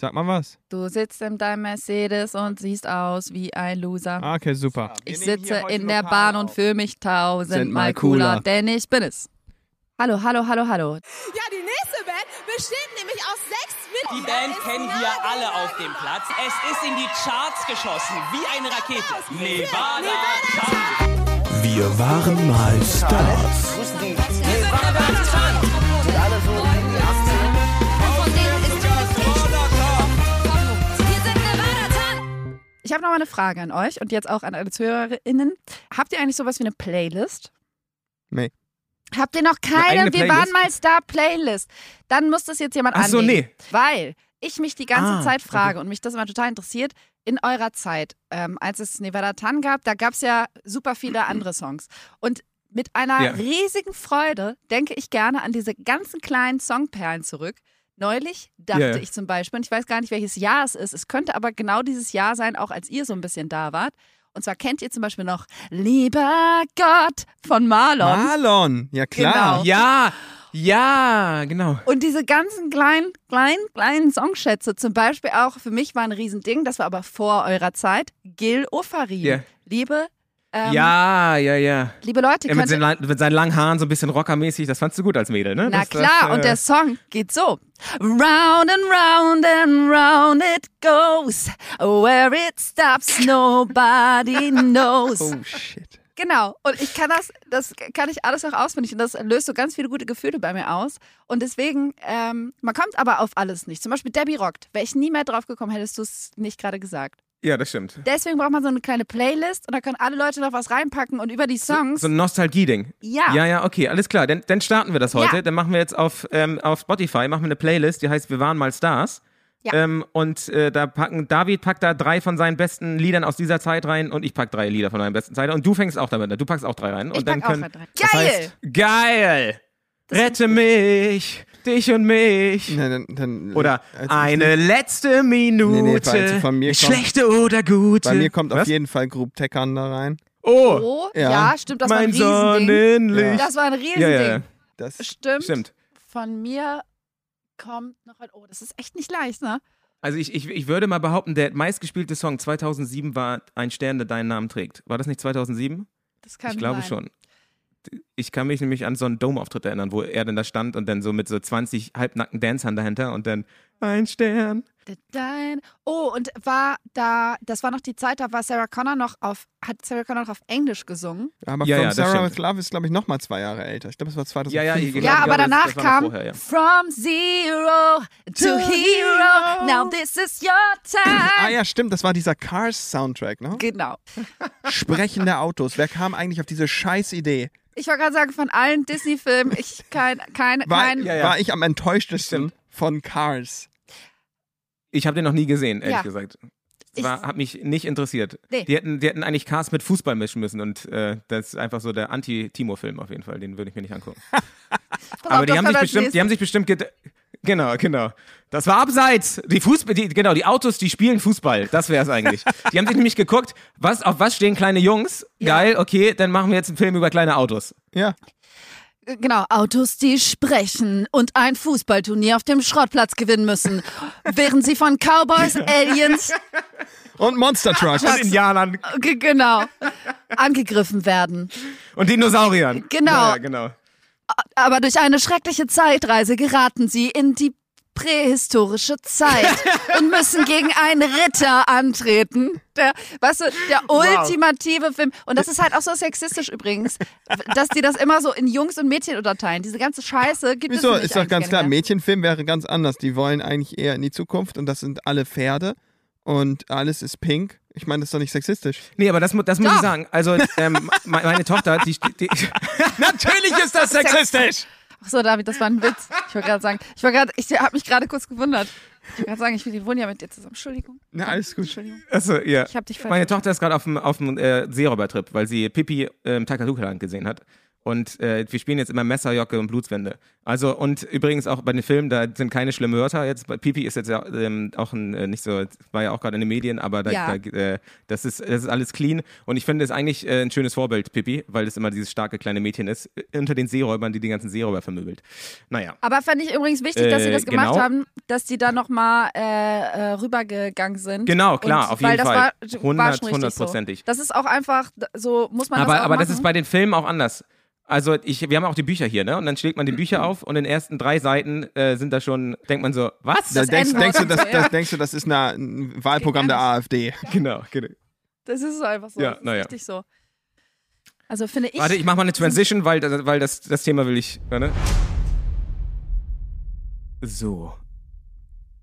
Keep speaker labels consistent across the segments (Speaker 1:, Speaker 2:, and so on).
Speaker 1: Sag mal was.
Speaker 2: Du sitzt in deinem Mercedes und siehst aus wie ein Loser.
Speaker 1: Ah, okay, super.
Speaker 2: ich sitze in der Bahn und fühle mich tausendmal
Speaker 3: Sind mal cooler.
Speaker 2: cooler, denn ich bin es. Hallo, hallo, hallo, hallo.
Speaker 4: Ja, die nächste Band besteht nämlich aus sechs
Speaker 5: Die
Speaker 4: Mitgliedern.
Speaker 5: Band kennen wir alle auf dem Platz. Es ist in die Charts geschossen, wie eine Rakete. Nevada, Nevada
Speaker 6: Wir waren mal Stars.
Speaker 2: Ich habe noch mal eine Frage an euch und jetzt auch an alle ZuhörerInnen. Habt ihr eigentlich sowas wie eine Playlist?
Speaker 1: Nee.
Speaker 2: Habt ihr noch
Speaker 1: Eine eigene
Speaker 2: keine Wir waren
Speaker 1: Playlist?
Speaker 2: mal Star-Playlist? Dann muss das jetzt jemand
Speaker 1: Ach so,
Speaker 2: anlegen. Weil ich mich die ganze
Speaker 3: Ah,
Speaker 2: Zeit frage und mich das immer total interessiert, in eurer Zeit, ähm, als es Nevada Tan gab, da gab es ja super viele andere Songs. Und mit einer
Speaker 1: Ja.
Speaker 2: riesigen Freude denke ich gerne an diese ganzen kleinen Songperlen zurück. Neulich dachte
Speaker 1: Ja, ja.
Speaker 2: ich zum Beispiel, und ich weiß gar nicht, welches Jahr es ist, es könnte aber genau dieses Jahr sein, auch als ihr so ein bisschen da wart. Und zwar kennt ihr zum Beispiel noch Lieber Gott von Marlon.
Speaker 1: Marlon. Ja, klar.
Speaker 2: Genau.
Speaker 1: Ja, ja, genau.
Speaker 2: Und diese ganzen kleinen, kleinen, kleinen Songschätze, zum Beispiel auch für mich war ein Riesending, das war aber vor eurer Zeit, Gil Ofarim.
Speaker 1: Ja.
Speaker 2: Liebe, ähm,
Speaker 3: ja, ja, ja.
Speaker 2: liebe Leute,
Speaker 3: ja
Speaker 2: könnt
Speaker 3: mit,
Speaker 2: ihr
Speaker 3: seinen, lang- mit seinen langen Haaren so ein bisschen rockermäßig, das fandst du gut als Mädel, ne?
Speaker 2: Na
Speaker 3: das,
Speaker 2: klar,
Speaker 3: das,
Speaker 2: und der Song geht so. Round and round and round it goes. Where it stops, nobody knows.
Speaker 1: Oh, shit.
Speaker 2: Genau. Und ich kann das, das kann ich alles auch auswendig. Und das löst so ganz viele gute Gefühle bei mir aus. Und deswegen, ähm, man kommt aber auf alles nicht. Zum Beispiel Debbie rockt. Wäre ich nie mehr drauf gekommen, hättest du es nicht gerade gesagt.
Speaker 3: Ja, das stimmt.
Speaker 2: Deswegen braucht man so eine kleine Playlist und da können alle Leute noch was reinpacken und über die Songs.
Speaker 3: So ein Nostalgie-Ding.
Speaker 2: ja.
Speaker 3: Ja, ja, okay, alles klar. Dann, dann starten wir das heute.
Speaker 2: Ah. Ja.
Speaker 3: Dann machen wir jetzt auf, ähm, auf Spotify, machen wir eine Playlist, die heißt Wir waren mal Stars.
Speaker 2: Ja.
Speaker 3: Ähm, und äh, da packen, David packt da drei von seinen besten Liedern aus dieser Zeit rein und ich pack drei Lieder von meinen besten Zeit rein. Und du fängst auch damit an. Du packst auch drei rein.
Speaker 2: Ich
Speaker 3: und dann
Speaker 2: pack auch
Speaker 3: können,
Speaker 2: drei rein.
Speaker 3: Das
Speaker 2: Geil!
Speaker 3: Heißt, geil! Rette mich, dich und mich.
Speaker 1: Na, dann, dann,
Speaker 3: Oder
Speaker 1: also,
Speaker 3: eine letzte Minute.
Speaker 1: Nee, nee, also von mir kommt-
Speaker 3: schlechte oder gute.
Speaker 1: Bei mir kommt auf
Speaker 3: Was?
Speaker 1: jeden Fall Grub Teckern da rein.
Speaker 2: Oh,
Speaker 3: Oh,
Speaker 2: ja.
Speaker 1: Ja.
Speaker 2: stimmt, das
Speaker 3: mein
Speaker 2: war ein Riesending.
Speaker 3: Sonnenlicht.
Speaker 2: Das war ein Riesending.
Speaker 3: Ja, ja, ja.
Speaker 1: Das
Speaker 2: Stimmt.
Speaker 3: Stimmt.
Speaker 2: Von mir kommt noch ein. Oh, das ist echt nicht leicht, ne?
Speaker 3: Also ich, ich, ich würde mal behaupten, der meistgespielte Song 2007 war Ein Stern, der deinen Namen trägt. War das nicht 2007?
Speaker 2: Das kann
Speaker 3: ich glaube
Speaker 2: sein.
Speaker 3: schon. Ich kann mich nämlich an so einen Dome-Auftritt erinnern, wo er dann da stand und dann so mit so 20 halbnackten Dancern dahinter und dann Ein Stern.
Speaker 2: Da- Dein. Oh, und war da, das war noch die Zeit, da war Sarah Connor noch auf, hat Sarah Connor noch auf Englisch gesungen.
Speaker 1: Aber
Speaker 3: Ja,
Speaker 1: From
Speaker 3: ja, das
Speaker 1: Sarah
Speaker 3: stimmt.
Speaker 1: with Love ist, glaube ich, nochmal zwei Jahre älter. Ich glaube, es war 2005.
Speaker 3: Ja, ja, ich
Speaker 1: oder
Speaker 3: glaub,
Speaker 2: ja, aber
Speaker 3: das-
Speaker 2: danach
Speaker 3: das war noch
Speaker 2: kam
Speaker 3: vorher, ja.
Speaker 2: From Zero to
Speaker 1: To
Speaker 2: Hero,
Speaker 1: Hero.
Speaker 2: now this is your time.
Speaker 1: Ah ja, stimmt, das war dieser Cars-Soundtrack, ne?
Speaker 2: Genau.
Speaker 1: Sprechende Autos. Wer kam eigentlich auf diese scheiß Idee?
Speaker 2: Ich wollte gerade sagen, von allen Disney-Filmen, ich kein, kein,
Speaker 1: War,
Speaker 2: kein
Speaker 3: ja.
Speaker 1: war ich am enttäuschtesten von Cars.
Speaker 3: Ich habe den noch nie gesehen, ehrlich
Speaker 2: Ja.
Speaker 3: gesagt.
Speaker 2: Ich-
Speaker 3: Es War, hat mich nicht interessiert.
Speaker 2: Nee.
Speaker 3: Die, hätten, die hätten eigentlich Cars mit Fußball mischen müssen und äh, das ist einfach so der Anti-Timo-Film auf jeden Fall. Den würde ich mir nicht angucken.
Speaker 2: Pass auf,
Speaker 3: Aber die
Speaker 2: das
Speaker 3: haben,
Speaker 2: kommt
Speaker 3: sich
Speaker 2: als
Speaker 3: bestimmt, die haben sich bestimmt ged Genau, genau. Das war abseits. Die Fußball, die, genau, die Autos, die spielen Fußball. Das wäre es eigentlich. die haben sich nämlich geguckt, was, auf was stehen kleine Jungs? Geil, okay, dann machen wir jetzt einen Film über kleine Autos.
Speaker 1: Ja.
Speaker 2: nächstes- Genau, Autos, die sprechen und ein Fußballturnier auf dem Schrottplatz gewinnen müssen, während sie von Cowboys, Aliens
Speaker 1: Und Monster Trucks.
Speaker 3: Von Indianern
Speaker 2: Ge- genau. Angegriffen werden.
Speaker 3: und Dinosauriern.
Speaker 2: Genau.
Speaker 3: Ja, genau.
Speaker 2: Aber durch eine schreckliche Zeitreise geraten sie in die prähistorische Zeit und müssen gegen einen Ritter antreten. Der, weißt du, der ultimative Film. Und das ist halt auch so sexistisch übrigens, dass die das immer so in Jungs und Mädchen unterteilen. Diese ganze Scheiße gibt
Speaker 1: Wieso?
Speaker 2: es nicht
Speaker 1: Ist doch
Speaker 2: eigentlich
Speaker 1: ganz
Speaker 2: gar
Speaker 1: klar.
Speaker 2: nicht mehr.
Speaker 1: Mädchenfilm wäre ganz anders. Die wollen eigentlich eher in die Zukunft und das sind alle Pferde und alles ist pink. Ich meine, das ist doch nicht sexistisch.
Speaker 3: Nee, aber das, mu- das muss
Speaker 2: Doch.
Speaker 3: ich sagen. Also, ähm, me- meine Tochter, die, die Natürlich ist das sexistisch!
Speaker 2: Ach so, David, das war ein Witz. Ich wollte gerade sagen, ich war gerade, ich habe mich gerade kurz gewundert. Ich wollte gerade sagen, ich will die wohnen ja mit dir zusammen. Entschuldigung.
Speaker 1: Na, alles gut.
Speaker 3: Achso, ja.
Speaker 2: Ich hab dich
Speaker 3: Meine
Speaker 2: verstanden.
Speaker 3: Tochter ist gerade auf dem, auf dem äh, Seeräubertrip, weil sie Pippi im Takaluka-Land gesehen hat. Und äh, wir spielen jetzt immer Messerjocke und Blutswände. Also, und übrigens auch bei den Filmen, da sind keine schlimmen Wörter. Jetzt, bei Pipi ist jetzt ja ähm, auch ein, äh, nicht so, war ja auch gerade in den Medien, aber da,
Speaker 2: Ja.
Speaker 3: da, äh, das, ist, das ist alles clean. Und ich finde es eigentlich äh, ein schönes Vorbild, Pipi, weil es immer dieses starke kleine Mädchen ist, äh, unter den Seeräubern, die den ganzen Seeräuber vermöbelt. Naja.
Speaker 2: Aber fand ich übrigens wichtig, dass sie
Speaker 3: Äh,
Speaker 2: das gemacht
Speaker 3: genau.
Speaker 2: haben, dass die da nochmal äh, äh, rübergegangen sind.
Speaker 3: Genau, klar,
Speaker 2: Und,
Speaker 3: auf jeden
Speaker 2: weil das
Speaker 3: Fall.
Speaker 2: War, war
Speaker 3: Hundert-
Speaker 2: schon richtig
Speaker 3: hundertprozentig.
Speaker 2: So. Das ist auch einfach, so muss man
Speaker 3: aber
Speaker 2: das auch
Speaker 3: aber
Speaker 2: machen.
Speaker 3: das ist bei den Filmen auch anders. Also ich, wir haben auch die Bücher hier, ne? Und dann schlägt man
Speaker 2: Mhm.
Speaker 3: die Bücher auf und in den ersten drei Seiten äh, sind da schon, denkt man so, was?
Speaker 1: Da
Speaker 2: Das
Speaker 1: denkst,
Speaker 2: N-Wort
Speaker 1: denkst, du,
Speaker 2: und so,
Speaker 1: das,
Speaker 2: ja.
Speaker 1: das, denkst du, das ist eine, ein Wahlprogramm der AfD?
Speaker 3: genau, genau.
Speaker 2: das ist so einfach so.
Speaker 3: Ja,
Speaker 2: das ist
Speaker 3: naja.
Speaker 2: richtig so. Also finde ich.
Speaker 3: Warte, ich mach mal eine Transition, weil, weil das, das Thema will ich. Ne? So.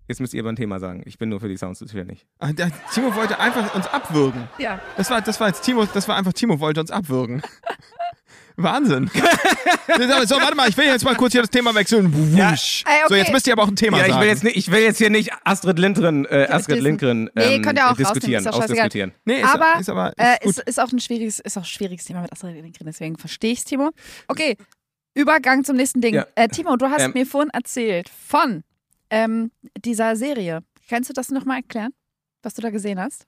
Speaker 3: Jetzt müsst ihr aber ein Thema sagen. Ich bin nur für die Sounds zuständig.
Speaker 1: Ah, der- Timo wollte einfach uns abwürgen.
Speaker 2: ja.
Speaker 1: Das war, das war jetzt Timo, das war einfach Timo wollte uns abwürgen. Wahnsinn. so, warte mal, ich will jetzt mal kurz hier das Thema wechseln. Wusch.
Speaker 2: Ey, okay.
Speaker 1: So, jetzt müsst ihr aber auch ein Thema
Speaker 3: Ja,
Speaker 1: sagen.
Speaker 3: ich will jetzt, nicht, ich will jetzt hier nicht Astrid Lindgren, äh, Astrid
Speaker 2: diesen-
Speaker 3: Lindgren
Speaker 2: Nee,
Speaker 3: ähm,
Speaker 2: könnt ihr auch rausnehmen, ist
Speaker 3: diskutieren,
Speaker 2: doch scheißegal.
Speaker 3: ausdiskutieren.
Speaker 1: nee, ist,
Speaker 2: aber,
Speaker 1: ist aber ist
Speaker 2: äh,
Speaker 1: gut.
Speaker 2: ist, ist auch ein schwieriges, ist auch ein schwieriges Thema mit Astrid Lindgren, deswegen verstehe ich Timo. Okay, Übergang zum nächsten Ding.
Speaker 3: Ja.
Speaker 2: Äh, Timo, du hast
Speaker 3: Ähm.
Speaker 2: mir vorhin erzählt von ähm, dieser Serie. Kannst du das nochmal erklären, was du da gesehen hast?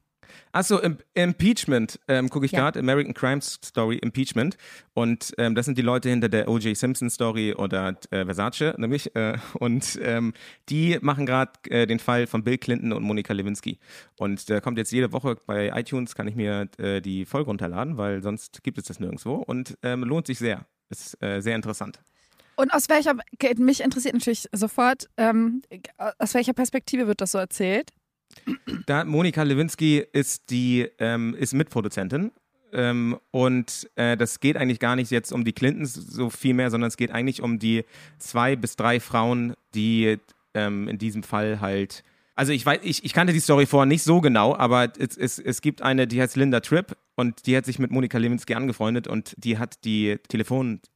Speaker 3: Achso, Im Impeachment ähm, gucke ich
Speaker 2: Ja.
Speaker 3: gerade. American Crime Story Impeachment. Und ähm, das sind die Leute hinter der O.J. Simpson Story oder äh, Versace, nämlich. Äh, und ähm, die machen gerade äh, den Fall von Bill Clinton und Monika Lewinsky. Und der kommt jetzt jede Woche bei iTunes, kann ich mir äh, die Folge runterladen, weil sonst gibt es das nirgendwo. Und ähm, lohnt sich sehr. Ist äh, sehr interessant.
Speaker 2: Und aus welcher, okay, mich interessiert natürlich sofort, ähm, aus welcher Perspektive wird das so erzählt?
Speaker 3: Da Monika Lewinsky ist die ähm, ist Mitproduzentin. Ähm, und äh, das geht eigentlich gar nicht jetzt um die Clintons so viel mehr, sondern es geht eigentlich um die zwei bis drei Frauen, die ähm, in diesem Fall halt. Also ich weiß, ich, ich kannte die Story vorher nicht so genau, aber es, es, es gibt eine, die heißt Linda Tripp und die hat sich mit Monika Lewinsky angefreundet und die hat die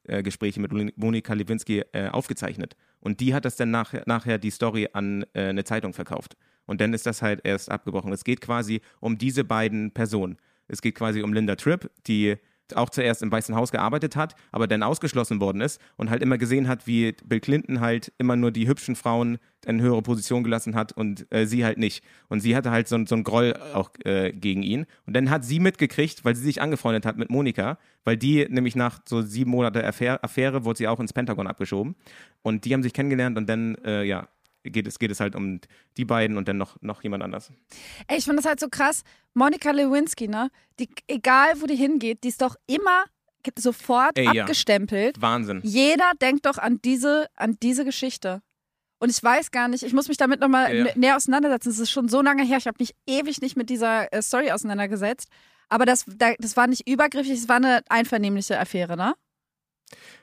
Speaker 3: Telefongespräche mit Lin- Monika Lewinsky äh, aufgezeichnet. Und die hat das dann nachher nachher die Story an äh, eine Zeitung verkauft. Und dann ist das halt erst abgebrochen. Es geht quasi um diese beiden Personen. Es geht quasi um Linda Tripp, die auch zuerst im Weißen Haus gearbeitet hat, aber dann ausgeschlossen worden ist und halt immer gesehen hat, wie Bill Clinton halt immer nur die hübschen Frauen in höhere Position gelassen hat und äh, sie halt nicht. Und sie hatte halt so, ein- so einen Groll auch äh, gegen ihn. Und dann hat sie mitgekriegt, weil sie sich angefreundet hat mit Monika, weil die nämlich nach so sieben Monate Affäre, Affäre wurde sie auch ins Pentagon abgeschoben. Und die haben sich kennengelernt und dann, äh, ja, geht es, geht es halt um die beiden und dann noch, noch jemand anders.
Speaker 2: Ey, ich finde das halt so krass. Monika Lewinsky, ne? Die, egal wo die hingeht, die ist doch immer sofort
Speaker 3: Ey, ja.
Speaker 2: abgestempelt.
Speaker 3: Wahnsinn.
Speaker 2: Jeder denkt doch an diese, an diese Geschichte. Und ich weiß gar nicht, ich muss mich damit nochmal
Speaker 3: Ja.
Speaker 2: ja. näher auseinandersetzen. Es ist schon so lange her, ich habe mich ewig nicht mit dieser äh, Story auseinandergesetzt. Aber das, da- das war nicht übergriffig, es war eine einvernehmliche Affäre, ne?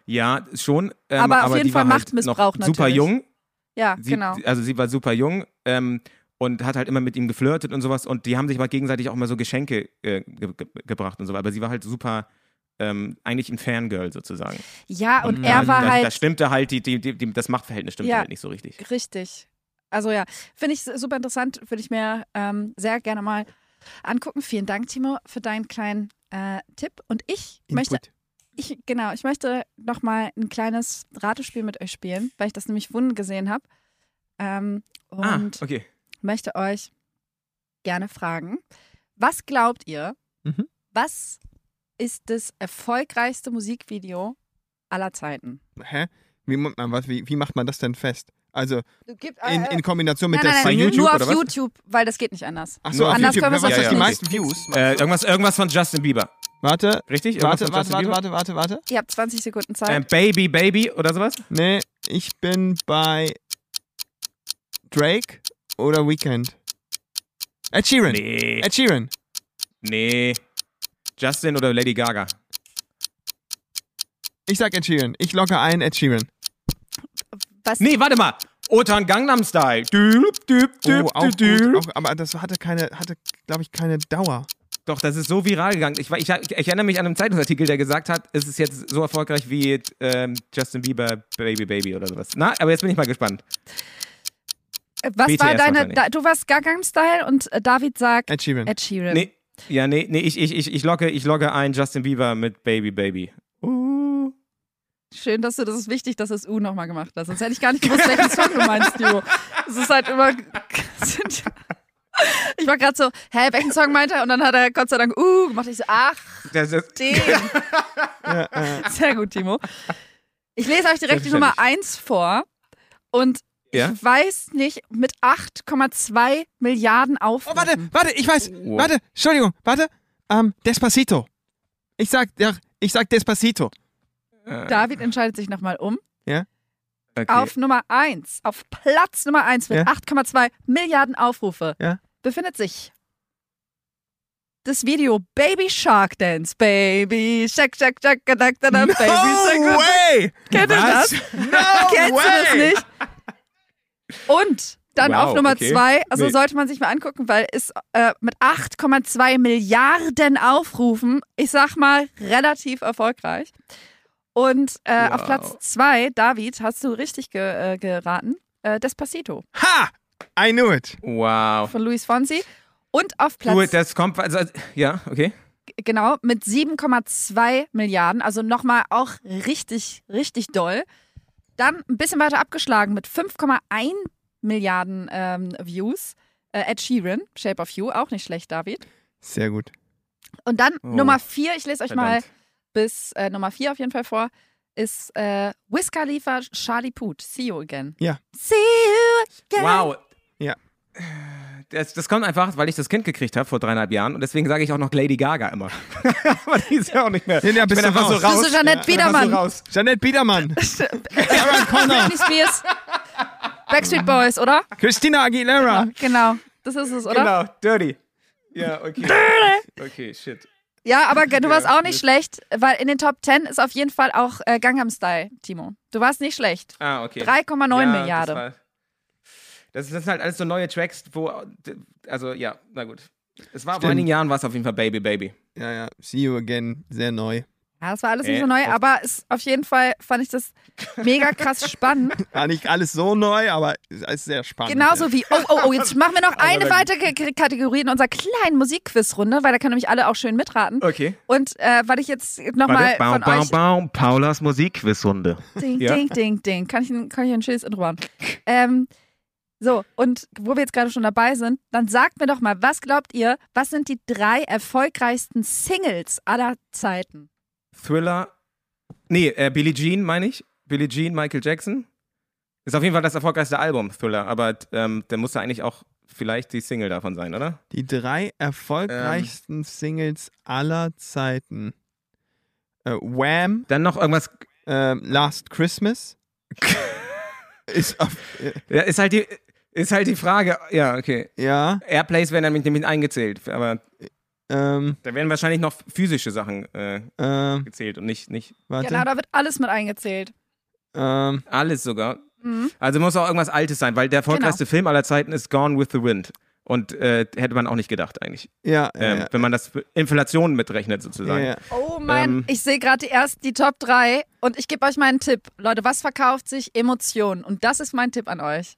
Speaker 3: Ja, schon. Ähm,
Speaker 2: Aber auf jeden
Speaker 3: die
Speaker 2: Fall
Speaker 3: war halt
Speaker 2: Machtmissbrauch
Speaker 3: noch Super
Speaker 2: natürlich.
Speaker 3: jung.
Speaker 2: Ja,
Speaker 3: Sie,
Speaker 2: genau.
Speaker 3: Also sie war super jung ähm, und hat halt immer mit ihm geflirtet und sowas. Und die haben sich mal gegenseitig auch immer so Geschenke äh, ge ge gebracht und so. Aber sie war halt super. Ähm, eigentlich ein Fangirl sozusagen.
Speaker 2: Ja, und
Speaker 3: da-
Speaker 2: er war
Speaker 3: da,
Speaker 2: halt.
Speaker 3: Da stimmte halt, die, die, die, die, das Machtverhältnis stimmte
Speaker 2: Ja.
Speaker 3: halt nicht so richtig.
Speaker 2: Richtig. Also ja, finde ich super interessant, würde ich mir ähm, sehr gerne mal angucken. Vielen Dank, Timo, für deinen kleinen äh, Tipp. Und ich möchte,
Speaker 1: Input.
Speaker 2: ich, genau, ich möchte nochmal ein kleines Ratespiel mit euch spielen, weil ich das nämlich Wunden gesehen habe. Ähm,
Speaker 3: Ah,
Speaker 2: und
Speaker 3: okay.
Speaker 2: möchte euch gerne fragen, was glaubt ihr,
Speaker 1: Mhm.
Speaker 2: was ist das erfolgreichste Musikvideo aller Zeiten?
Speaker 1: Hä? Wie, macht man was, wie, wie macht man das denn fest? Also
Speaker 2: Du gibst,
Speaker 1: in, in Kombination mit
Speaker 2: Äh, nein,
Speaker 1: der
Speaker 2: nein, nein, nur-
Speaker 3: bei YouTube
Speaker 2: nur auf
Speaker 3: oder was?
Speaker 2: YouTube, weil das geht nicht anders.
Speaker 1: Ach
Speaker 3: Nur
Speaker 1: so, auf
Speaker 2: anders
Speaker 1: YouTube,
Speaker 2: können
Speaker 1: wenn
Speaker 2: wir's
Speaker 1: man
Speaker 2: natürlich
Speaker 1: die
Speaker 2: nicht.
Speaker 1: meisten Views.
Speaker 3: Äh, irgendwas, irgendwas von Justin Bieber.
Speaker 1: Warte,
Speaker 3: Richtig? Irgendwas
Speaker 1: warte,
Speaker 3: von
Speaker 1: warte,
Speaker 3: Justin
Speaker 1: warte,
Speaker 3: Bieber?
Speaker 1: warte, warte, warte.
Speaker 2: Ihr habt 20 Sekunden Zeit.
Speaker 3: Ähm, Baby, Baby oder sowas?
Speaker 1: Nee, Ne, ich bin bei Drake oder Weekend. Ed Sheeran.
Speaker 3: Nee.
Speaker 1: Ed Sheeran.
Speaker 3: Nee. Justin oder Lady Gaga?
Speaker 1: Ich sag Ed Sheeran. Ich locke ein Ed Sheeran.
Speaker 2: Was?
Speaker 3: Nee, warte mal. Otan Gangnam Style. Düb, düb, düb,
Speaker 1: Oh, auch
Speaker 3: düb.
Speaker 1: gut, auch, aber das hatte keine, hatte, glaube ich, keine Dauer.
Speaker 3: Doch, das ist so viral gegangen. Ich, war- ich, ich erinnere mich an einen Zeitungsartikel, der gesagt hat, es ist jetzt so erfolgreich wie ähm, Justin Bieber Baby Baby oder sowas. Na, aber jetzt bin ich mal gespannt.
Speaker 2: Äh, Was
Speaker 3: BTS
Speaker 2: war deine.
Speaker 3: wahrscheinlich.
Speaker 2: Da, du warst Gagang Style und äh, David sagt
Speaker 1: Ed Sheeran.
Speaker 2: Ed Sheeran.
Speaker 3: Nee, ja, nee, nee, ich, ich, ich, ich locke, ich locke ein Justin Bieber mit Baby Baby. Uh.
Speaker 2: Schön, dass du, das ist wichtig, dass das U nochmal gemacht hast. Sonst hätte ich gar nicht gewusst, welchen Song du meinst, Jo. Es ist halt immer. Ich war gerade so, hä, welchen Song meint er? Und dann hat er Gott sei Dank U gemacht. Ich so, ach,
Speaker 3: Das, das,
Speaker 2: den.
Speaker 1: Äh,
Speaker 2: Sehr gut, Timo. Ich lese euch direkt die Nummer 1 vor. Und
Speaker 3: Ja?
Speaker 2: ich weiß nicht, mit 8,2 Milliarden
Speaker 1: Oh,
Speaker 2: Aufrufen.
Speaker 1: warte, warte, ich weiß. Warte, Entschuldigung, warte. Ähm, Despacito. Ich sag, ja, ich sag Despacito.
Speaker 2: David entscheidet sich nochmal um.
Speaker 3: okay.
Speaker 2: Auf Nummer 1, auf Platz Nummer 1 mit
Speaker 1: Ja.
Speaker 2: 8,2 Milliarden Aufrufe
Speaker 1: Ja.
Speaker 2: befindet sich das Video Baby Shark Dance. Baby Shark, Shark, Shark, da, da, da, da, Baby Shark.
Speaker 1: way!
Speaker 2: Kennt ihr das?
Speaker 1: Was? No
Speaker 2: Kennst
Speaker 1: way!
Speaker 2: du das nicht? Und dann
Speaker 3: Wow,
Speaker 2: auf Nummer
Speaker 3: okay.
Speaker 2: 2, also
Speaker 3: Nee.
Speaker 2: sollte man sich mal angucken, weil es äh, mit 8,2 Milliarden Aufrufen, ich sag mal, relativ erfolgreich. Und äh, auf
Speaker 3: Wow.
Speaker 2: Platz 2, David, hast du richtig ge äh, geraten, äh, Despacito
Speaker 1: Ha! I knew it.
Speaker 3: Wow.
Speaker 2: von Luis Fonsi. Und auf Platz,
Speaker 3: Du, das kommt, also, ja, okay.
Speaker 2: genau, mit 7,2 Milliarden, also nochmal auch richtig, richtig doll. Dann ein bisschen weiter abgeschlagen mit 5,1 Milliarden ähm, Views. Äh, Ed Sheeran, Shape of You, auch nicht schlecht, David.
Speaker 1: Sehr gut.
Speaker 2: Und dann
Speaker 3: Oh,
Speaker 2: Nummer 4, ich lese euch
Speaker 3: Verdammt.
Speaker 2: mal bis äh, Nummer 4 auf jeden Fall vor, ist äh, Wiz Khalifa, Charlie Puth, See You Again.
Speaker 1: Ja.
Speaker 2: See You Again.
Speaker 3: Wow.
Speaker 1: Ja.
Speaker 3: Das, das kommt einfach, weil ich das Kind gekriegt habe vor dreieinhalb Jahren und deswegen sage ich auch noch Lady Gaga immer. Aber die ist ja auch nicht mehr.
Speaker 1: Ja, ja,
Speaker 3: ich
Speaker 1: bist
Speaker 3: bin
Speaker 1: du
Speaker 3: einfach
Speaker 1: raus.
Speaker 3: so
Speaker 2: Das
Speaker 3: raus.
Speaker 2: ist Jeanette
Speaker 3: Ich bin einfach
Speaker 2: Biedermann.
Speaker 3: So raus.
Speaker 1: Janette Biedermann, Sarah Connor,
Speaker 2: Britney Spears, Backstreet Boys, oder?
Speaker 1: Christina
Speaker 3: Ah.
Speaker 1: Aguilera.
Speaker 2: Genau, das ist es, oder?
Speaker 3: Genau, dirty. Ja, okay. Okay, shit.
Speaker 2: Ja, aber du warst auch nicht schlecht, weil in den Top 10 ist auf jeden Fall auch äh, Gangnam Style, Timo. Du warst nicht schlecht.
Speaker 3: Ah, okay.
Speaker 2: 3,9
Speaker 3: Ja,
Speaker 2: Milliarden.
Speaker 3: Das, war, das, das sind halt alles so neue Tracks, wo, also ja, na gut. Es war vor
Speaker 1: Stimmt.
Speaker 3: einigen Jahren war es auf jeden Fall Baby Baby.
Speaker 1: Ja, ja, see you again. Sehr neu.
Speaker 2: ja, das war alles nicht
Speaker 3: Äh,
Speaker 2: so neu,
Speaker 3: auf-
Speaker 2: aber es, auf jeden Fall fand ich das mega krass spannend.
Speaker 1: War Ah, nicht alles so neu, aber es ist sehr spannend.
Speaker 2: Genauso wie, oh, oh, oh, jetzt machen wir noch eine weitere K- Kategorie in unserer kleinen Musikquizrunde, weil da können nämlich alle auch schön mitraten.
Speaker 3: Okay.
Speaker 2: Und äh, weil ich jetzt nochmal von euch...
Speaker 7: Paulas Musikquizrunde.
Speaker 2: Ding,
Speaker 3: Ja.
Speaker 2: ding, ding, ding. Kann ich, ein- kann ich ein schönes Intro machen? Ähm, so, und wo wir jetzt gerade schon dabei sind, dann sagt mir doch mal, was glaubt ihr, was sind die drei erfolgreichsten Singles aller Zeiten?
Speaker 3: Thriller. Nee, äh, Billie Jean meine ich. Billie Jean, Michael Jackson. Ist auf jeden Fall das erfolgreichste Album, Thriller. Aber ähm, der muss da eigentlich auch vielleicht die Single davon sein, oder?
Speaker 1: Die drei erfolgreichsten
Speaker 3: Ähm.
Speaker 1: Singles aller Zeiten. Äh, Wham,
Speaker 3: Dann noch irgendwas.
Speaker 1: äh, Last Christmas. ist auf, äh,
Speaker 3: Ja, ist halt die. Ist halt die Frage, ja, okay.
Speaker 1: ja,
Speaker 3: Airplays werden nämlich nämlich eingezählt, aber
Speaker 1: ähm,
Speaker 3: da werden wahrscheinlich noch physische Sachen äh,
Speaker 1: ähm,
Speaker 3: gezählt und nicht, nicht
Speaker 1: warte.
Speaker 2: Genau, da wird alles mit eingezählt.
Speaker 1: ähm,
Speaker 3: alles sogar. Also muss auch irgendwas Altes sein, weil der erfolgreichste Film aller Zeiten ist Gone with the Wind. Und äh, hätte man auch nicht gedacht eigentlich.
Speaker 1: ja,
Speaker 3: Ähm,
Speaker 1: äh,
Speaker 3: Wenn man das Inflation mitrechnet
Speaker 1: ja,
Speaker 3: sozusagen.
Speaker 1: ja.
Speaker 2: Oh mein,
Speaker 3: Ähm.
Speaker 2: ich sehe gerade die erst die Top 3 und ich gebe euch meinen Tipp. Leute, was verkauft sich? Emotionen. Und das ist mein Tipp an euch.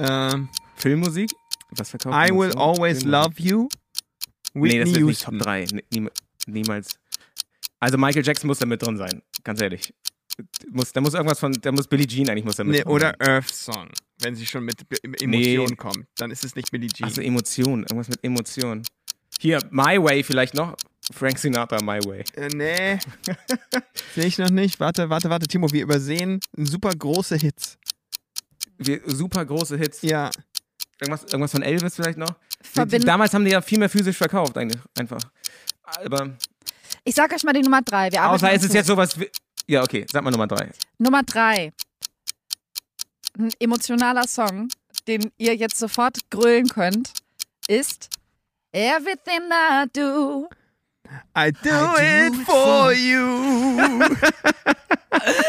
Speaker 1: Ähm,
Speaker 3: Filmmusik? Was verkauft
Speaker 1: I
Speaker 3: man
Speaker 1: Will
Speaker 3: so?
Speaker 1: Always
Speaker 3: Filmmusik.
Speaker 1: Love You.
Speaker 3: Nee, das
Speaker 1: Whitney
Speaker 3: ist nicht Top
Speaker 1: Houston.
Speaker 3: 3. Nie, niem- niemals. Also Michael Jackson muss da mit drin sein, ganz ehrlich. Muss, da muss irgendwas von, da muss Billie Jean eigentlich muss da mit
Speaker 1: Nee,
Speaker 3: drin
Speaker 1: oder
Speaker 3: sein.
Speaker 1: Earth Song. Wenn sie schon mit Be- Emotionen kommt, dann ist es nicht Billie Jean.
Speaker 3: Also Emotion, irgendwas mit Emotion. Hier, My Way vielleicht noch. Frank Sinatra, My Way.
Speaker 1: Äh, nee. Sehe ich noch nicht. Warte, warte, warte, Timo, wir übersehen super große Hits.
Speaker 3: Wir, super große Hits.
Speaker 1: Ja.
Speaker 3: Irgendwas, irgendwas von Elvis vielleicht noch.
Speaker 2: Verbind-
Speaker 3: Damals haben die ja viel mehr physisch verkauft, eigentlich, einfach. Aber,
Speaker 2: Ich sag euch mal die Nummer 3. Wir arbeiten
Speaker 3: außer es
Speaker 2: uns
Speaker 3: ist jetzt sowas wie, ja, okay, sag mal Nummer drei.
Speaker 2: Nummer drei. Ein emotionaler Song, den ihr jetzt sofort grölen könnt, ist Everything I Do.
Speaker 1: I do, it, for you.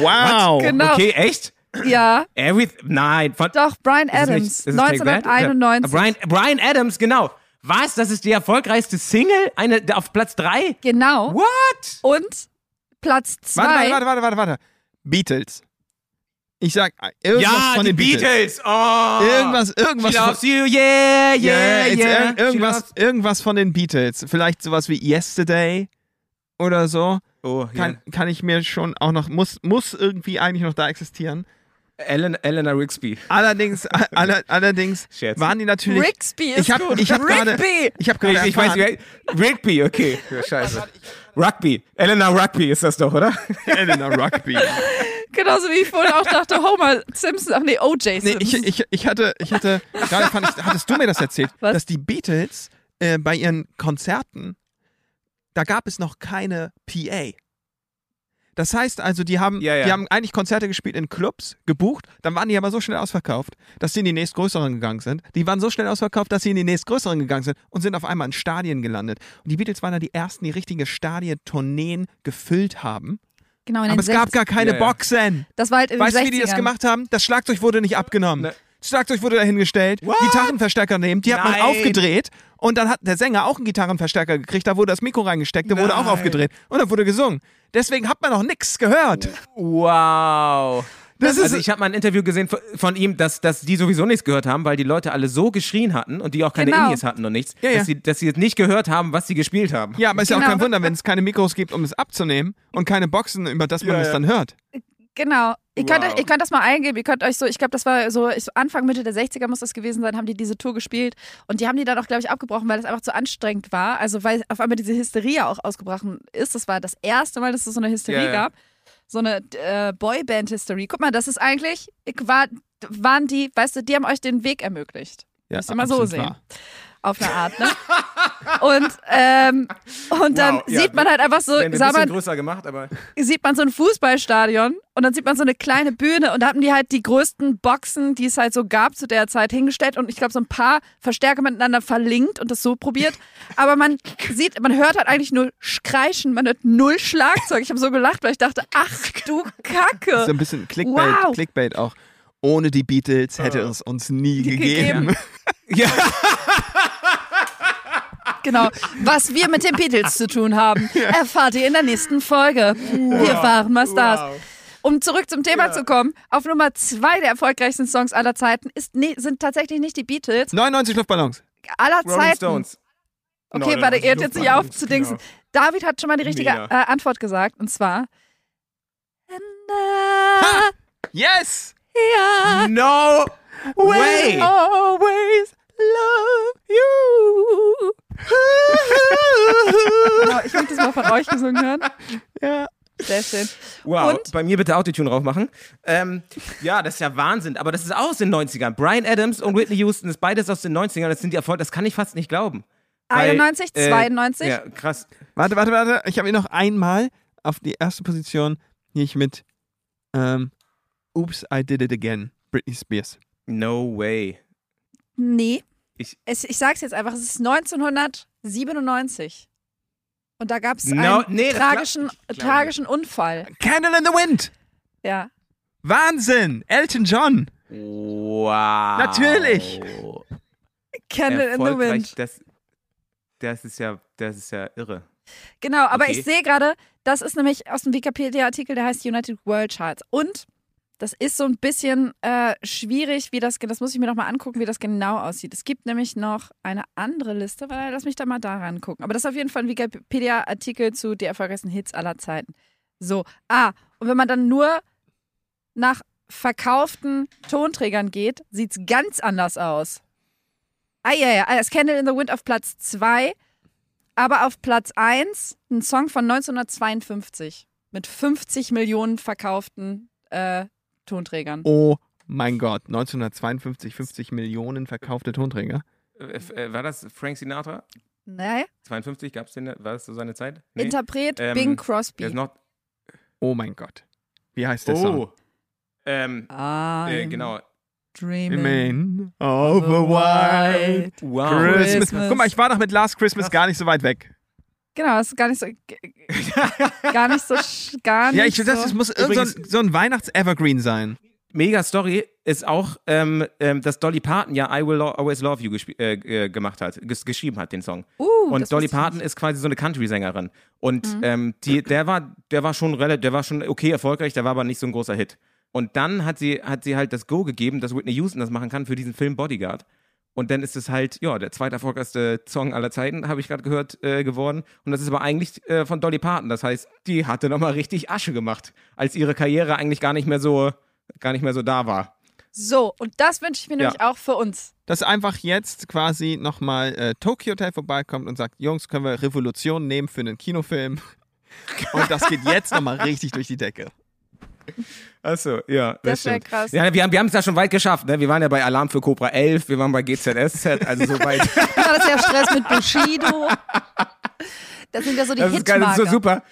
Speaker 1: wow.
Speaker 2: Genau.
Speaker 3: Okay, echt?
Speaker 2: Ja,
Speaker 3: Every, nein, von,
Speaker 2: doch, Brian
Speaker 3: Ist es nicht-
Speaker 2: Adams,
Speaker 3: ist es Take That? Ja,
Speaker 2: 1991.
Speaker 3: Brian, Brian Adams, genau. Was? Das ist die erfolgreichste Single? Eine der auf Platz 3?
Speaker 2: Genau.
Speaker 3: What?
Speaker 2: Und Platz zwei.
Speaker 1: Warte, warte, warte, warte, warte, warte. Beatles. Ich sag äh, irgendwas
Speaker 3: ja,
Speaker 1: von
Speaker 3: die
Speaker 1: den Beatles.
Speaker 3: Beatles. Oh.
Speaker 1: Irgendwas,
Speaker 3: She
Speaker 1: irgendwas.
Speaker 3: loves you,
Speaker 1: yeah,
Speaker 3: yeah, yeah,
Speaker 1: it's
Speaker 3: yeah.
Speaker 1: ir- irgendwas,
Speaker 3: She
Speaker 1: irgendwas von den Beatles. Vielleicht sowas wie Yesterday. oder so,
Speaker 3: Oh, hier.
Speaker 1: kann, kann ich mir schon auch noch, muss, muss irgendwie eigentlich noch da existieren.
Speaker 3: Ellen, Elena Rixby.
Speaker 1: Allerdings, a- aller, allerdings
Speaker 3: Scherz.
Speaker 1: waren die natürlich.
Speaker 2: Rixby ist
Speaker 1: ich hab,
Speaker 2: gut.
Speaker 1: Ich habe gerade.
Speaker 2: Rigby.
Speaker 1: Ich habe
Speaker 3: Ich,
Speaker 1: gerade.
Speaker 3: ich weiß,
Speaker 1: erfahren-
Speaker 3: Rigby, okay. Ja, scheiße. Rugby. Elena Rugby ist das doch, oder?
Speaker 1: Elena Rugby.
Speaker 2: Genauso wie ich vorhin auch dachte, Homer Simpson, ach nee, OJ
Speaker 1: Nee,
Speaker 2: Simpson.
Speaker 1: ich, ich, ich hatte, ich hatte, gerade fand ich, hattest du mir das erzählt,
Speaker 2: Was?
Speaker 1: dass die Beatles äh, bei ihren Konzerten, da gab es noch keine PA. Das heißt also, die haben,
Speaker 3: Ja, ja.
Speaker 1: die haben eigentlich Konzerte gespielt in Clubs, gebucht, dann waren die aber so schnell ausverkauft, dass sie in die nächstgrößeren gegangen sind. Die waren so schnell ausverkauft, dass sie in die nächstgrößeren gegangen sind und sind auf einmal in Stadien gelandet. Und die Beatles waren da die ersten, die richtige Stadien-Tourneen gefüllt haben.
Speaker 2: genau, in den
Speaker 1: Aber es gab
Speaker 2: 60ern.
Speaker 1: gar keine
Speaker 3: Ja, ja.
Speaker 1: Boxen.
Speaker 2: Das war halt in den
Speaker 1: Weißt du, wie die das
Speaker 2: 60ern.
Speaker 1: gemacht haben? Das Schlagzeug wurde nicht abgenommen.
Speaker 3: Ne.
Speaker 1: Das Schlagzeug wurde dahingestellt, Gitarrenverstärker nehmen, die hat
Speaker 3: Nein.
Speaker 1: man aufgedreht und dann hat der Sänger auch einen Gitarrenverstärker gekriegt, da wurde das Mikro reingesteckt, der wurde auch
Speaker 3: Nein.
Speaker 1: aufgedreht und dann wurde gesungen. Deswegen hat man noch nichts gehört.
Speaker 3: Wow.
Speaker 1: Das
Speaker 3: also
Speaker 1: ist-
Speaker 3: ich habe mal ein Interview gesehen von- von ihm, dass, dass die sowieso nichts gehört haben, weil die Leute alle so geschrien hatten und die auch keine
Speaker 2: Genau.
Speaker 3: Indies hatten und nichts,
Speaker 1: Ja, ja.
Speaker 3: Dass, sie, dass sie jetzt nicht gehört haben, was sie gespielt haben.
Speaker 1: Ja, aber ist ja auch
Speaker 2: Genau.
Speaker 1: kein Wunder, wenn es keine Mikros gibt, um es abzunehmen und keine Boxen, über das man
Speaker 3: Ja,
Speaker 1: es
Speaker 3: ja.
Speaker 1: dann hört.
Speaker 2: Genau. Ihr könnt,
Speaker 3: Wow.
Speaker 2: euch, ihr könnt das mal eingeben. Ihr könnt euch so, ich glaube, das war so ich- so Anfang, Mitte der 60er muss das gewesen sein, haben die diese Tour gespielt. Und die haben die dann auch, glaube ich, abgebrochen, weil das einfach zu anstrengend war. Also, weil auf einmal diese Hysterie auch ausgebrochen ist. Das war das erste Mal, dass es so eine Hysterie
Speaker 3: Ja, ja.
Speaker 2: gab. So eine äh, Boyband-Hysterie. Guck mal, das ist eigentlich, ich war, waren die, weißt du, die haben euch den Weg ermöglicht.
Speaker 1: Ja,
Speaker 2: Müsst ihr mal so
Speaker 1: absolut
Speaker 2: sehen.
Speaker 1: wahr.
Speaker 2: Auf eine Art, ne? und, ähm, und dann
Speaker 3: Wow, ja,
Speaker 2: sieht man halt einfach so,
Speaker 3: Wenn wir ein
Speaker 2: sah
Speaker 3: bisschen
Speaker 2: man,
Speaker 3: größer gemacht, aber
Speaker 2: sieht man so ein Fußballstadion und dann sieht man so eine kleine Bühne und da hatten die halt die größten Boxen, die es halt so gab zu der Zeit, hingestellt und ich glaube so ein paar Verstärker miteinander verlinkt und das so probiert. Aber man sieht, man hört halt eigentlich nur Sch- Kreischen, man hört null Schlagzeug. Ich habe so gelacht, weil ich dachte, ach
Speaker 1: So
Speaker 2: du
Speaker 1: ein
Speaker 2: Kacke.
Speaker 1: bisschen Clickbait,
Speaker 2: Wow.
Speaker 1: Clickbait auch. Ohne die Beatles hätte es uns nie gegeben.
Speaker 2: Genau. Was wir mit den Beatles zu tun haben, erfahrt ihr in der nächsten Folge. Wir waren mal Stars. Um zurück zum Thema zu kommen, auf Nummer zwei der erfolgreichsten Songs aller Zeiten ist, ne, sind tatsächlich nicht die Beatles,
Speaker 1: 99 Luftballons.
Speaker 2: aller
Speaker 3: Rolling
Speaker 2: Zeiten.
Speaker 3: Stones.
Speaker 2: Okay, warte, ihr hört jetzt nicht auf zu dingsen. David hat schon mal die richtige äh,
Speaker 3: genau. Mega.
Speaker 2: Antwort gesagt, und zwar. And
Speaker 1: Yes!
Speaker 2: I
Speaker 3: No way!
Speaker 2: will always love you. genau, ich möchte das mal von euch gesungen hören.
Speaker 1: Ja.
Speaker 2: Sehr schön.
Speaker 3: Wow,
Speaker 2: Und?
Speaker 3: bei mir bitte Autotune drauf machen. Ähm, ja, das ist ja Wahnsinn, aber das ist auch aus den 90ern. Brian Adams und Whitney Houston ist beides aus den 90ern. Das sind die Erfolge, das kann ich fast nicht glauben. Weil, äh,
Speaker 2: 91, 92?
Speaker 3: Ja, krass.
Speaker 1: Warte, warte, warte. Ich habe ihn noch einmal auf die erste Position hier ich mit ähm, Oops, I did it again. Britney Spears.
Speaker 3: No way.
Speaker 2: Nee.
Speaker 3: Ich-
Speaker 2: es, ich sag's jetzt einfach, es ist 1997. Und da gab's
Speaker 3: No,
Speaker 2: einen
Speaker 3: nee, das glaub-
Speaker 2: tragischen,
Speaker 3: ich glaub
Speaker 2: tragischen Unfall.
Speaker 1: Candle in the Wind.
Speaker 2: Ja.
Speaker 1: Wahnsinn. Elton John.
Speaker 3: Wow.
Speaker 1: Natürlich.
Speaker 2: Candle in the
Speaker 3: Erfolgreich,
Speaker 2: Wind.
Speaker 3: Das, das ist ja, das ist ja irre.
Speaker 2: Genau, aber
Speaker 3: Okay.
Speaker 2: ich sehe gerade, das ist nämlich aus dem Wikipedia-Artikel, der heißt United World Charts. Und das ist so ein bisschen äh, schwierig, wie das, ge- das muss ich mir nochmal angucken, wie das genau aussieht. Es gibt nämlich noch eine andere Liste, weil lass mich da mal daran gucken. Aber das ist auf jeden Fall ein Wikipedia-Artikel zu die erfolgreichsten Hits aller Zeiten. So, ah, und wenn man dann nur nach verkauften Tonträgern geht, sieht's ganz anders aus. Ah, ja, ja, ah, Scandal in the Wind auf Platz 2, aber auf Platz 1 ein Song von 1952 mit 50 Millionen verkauften äh, Tonträgern.
Speaker 1: Oh mein Gott. 1952, 50 Millionen verkaufte Tonträger.
Speaker 3: Äh, f- äh, War das Frank Sinatra?
Speaker 2: Nee?
Speaker 3: 52 gab es den, war das so seine Zeit? Nee.
Speaker 2: Ne? Interpret
Speaker 3: Ähm,
Speaker 2: Bing
Speaker 3: Der
Speaker 2: Crosby.
Speaker 3: ist noch,
Speaker 1: Oh mein Gott. Wie heißt der Song?
Speaker 3: oh. Ähm,
Speaker 2: Ah,
Speaker 3: äh, genau.
Speaker 2: Dreaming.
Speaker 1: Amen. Of a white
Speaker 3: Wow.
Speaker 1: Christmas.
Speaker 2: Christmas.
Speaker 1: Guck mal, ich war doch mit Last Christmas gar nicht so weit weg.
Speaker 2: Genau, das ist gar nicht so. gar nicht so. sch- Gar nicht
Speaker 1: Ja, ich,
Speaker 2: so.
Speaker 1: das, das muss irgend so ein, so ein Weihnachts-Evergreen sein.
Speaker 3: mega Story ist auch, ähm, ähm, dass Dolly Parton ja I Will Lo Always Love You gespie- äh, äh, gemacht hat, ges geschrieben hat, den Song.
Speaker 2: Uh, das
Speaker 3: und
Speaker 2: wusste
Speaker 3: Dolly
Speaker 2: ich Mhm.
Speaker 3: Parton ist quasi so eine Country-Sängerin. Und ähm, die, der war, der war schon relativ, der war schon okay erfolgreich, der war aber nicht so ein großer Hit. Und dann hat sie, hat sie halt das Go gegeben, dass Whitney Houston das machen kann für diesen Film Bodyguard. Und dann ist es halt, ja, der zweiterfolgreichste Song aller Zeiten, habe ich gerade gehört, äh, geworden. Und das ist aber eigentlich äh, von Dolly Parton. Das heißt, die hatte nochmal richtig Asche gemacht, als ihre Karriere eigentlich gar nicht mehr so, gar nicht mehr so da war.
Speaker 2: So, und das wünsche ich mir nämlich auch für uns.
Speaker 1: Dass einfach jetzt quasi nochmal äh, Tokyo Hotel vorbeikommt und sagt, Jungs, können wir Revolution nehmen für einen Kinofilm? Und das geht jetzt nochmal richtig durch die Decke.
Speaker 3: Achso, ja.
Speaker 2: Das wär
Speaker 3: stimmt.
Speaker 2: krass.
Speaker 3: Ja, wir haben wir es ja schon weit geschafft. Ne? Wir waren ja bei Alarm für Cobra 11, wir waren bei GZSZ, also so weit.
Speaker 2: Da ist ja Stress mit Bushido. Das sind ja so die
Speaker 3: Das ist, geil, das ist so
Speaker 2: Hitmarker.
Speaker 3: super.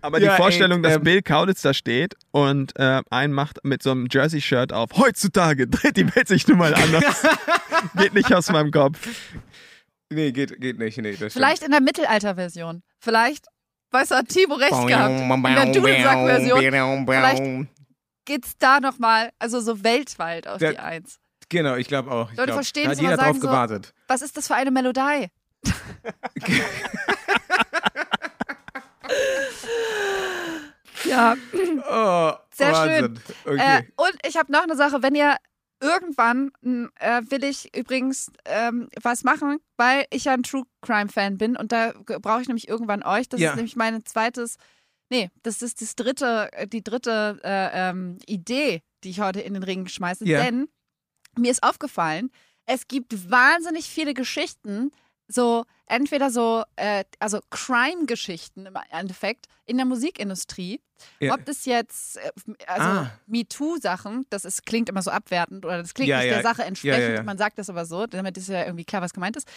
Speaker 1: Aber die
Speaker 3: Ja, ey,
Speaker 1: Vorstellung, dass
Speaker 3: ähm,
Speaker 1: Bill Kaulitz da steht und äh, einen macht mit so einem Jersey-Shirt auf, heutzutage dreht die Welt sich nun mal anders. Geht nicht aus meinem Kopf.
Speaker 3: Nee, geht, geht nicht. Nee, das stimmt.
Speaker 2: Vielleicht in der Mittelalter-Version. Vielleicht, weiß er, Timo recht gehabt. In der Dudelsack-Version Vielleicht- geht's da nochmal, also so weltweit auf
Speaker 3: Der-
Speaker 2: die Eins.
Speaker 3: Genau, ich glaube auch. Ich
Speaker 2: Leute
Speaker 3: glaub,
Speaker 2: verstehen
Speaker 3: da
Speaker 2: es,
Speaker 3: hat
Speaker 2: wenn
Speaker 3: jeder
Speaker 2: man
Speaker 3: drauf
Speaker 2: sagen so-
Speaker 3: gewartet.
Speaker 2: Was ist das für eine Melodie? ja,
Speaker 3: Oh,
Speaker 2: Hm. Sehr
Speaker 3: Wahnsinn. Okay.
Speaker 2: Äh, und ich habe noch eine Sache, wenn ihr irgendwann mh, äh, will ich übrigens ähm, was machen, weil ich ja ein True Crime Fan bin und da ge- brauche ich nämlich irgendwann euch. Das
Speaker 3: Ja.
Speaker 2: ist nämlich meine zweites, nee, das ist das dritte, äh, die dritte äh, ähm, Idee, die ich heute in den Ring schmeiße.
Speaker 3: Ja.
Speaker 2: Denn mir ist aufgefallen, es gibt wahnsinnig viele Geschichten, so entweder so, äh, also Crime-Geschichten im Endeffekt in der Musikindustrie.
Speaker 3: Ja.
Speaker 2: Ob das jetzt, äh, also
Speaker 3: Ah.
Speaker 2: MeToo-Sachen, das ist, klingt immer so abwertend oder das klingt
Speaker 3: Ja,
Speaker 2: nicht
Speaker 3: ja.
Speaker 2: der Sache
Speaker 3: Ja, ja,
Speaker 2: entsprechend,
Speaker 3: ja.
Speaker 2: man sagt das aber so, damit ist ja irgendwie klar, was gemeint ist.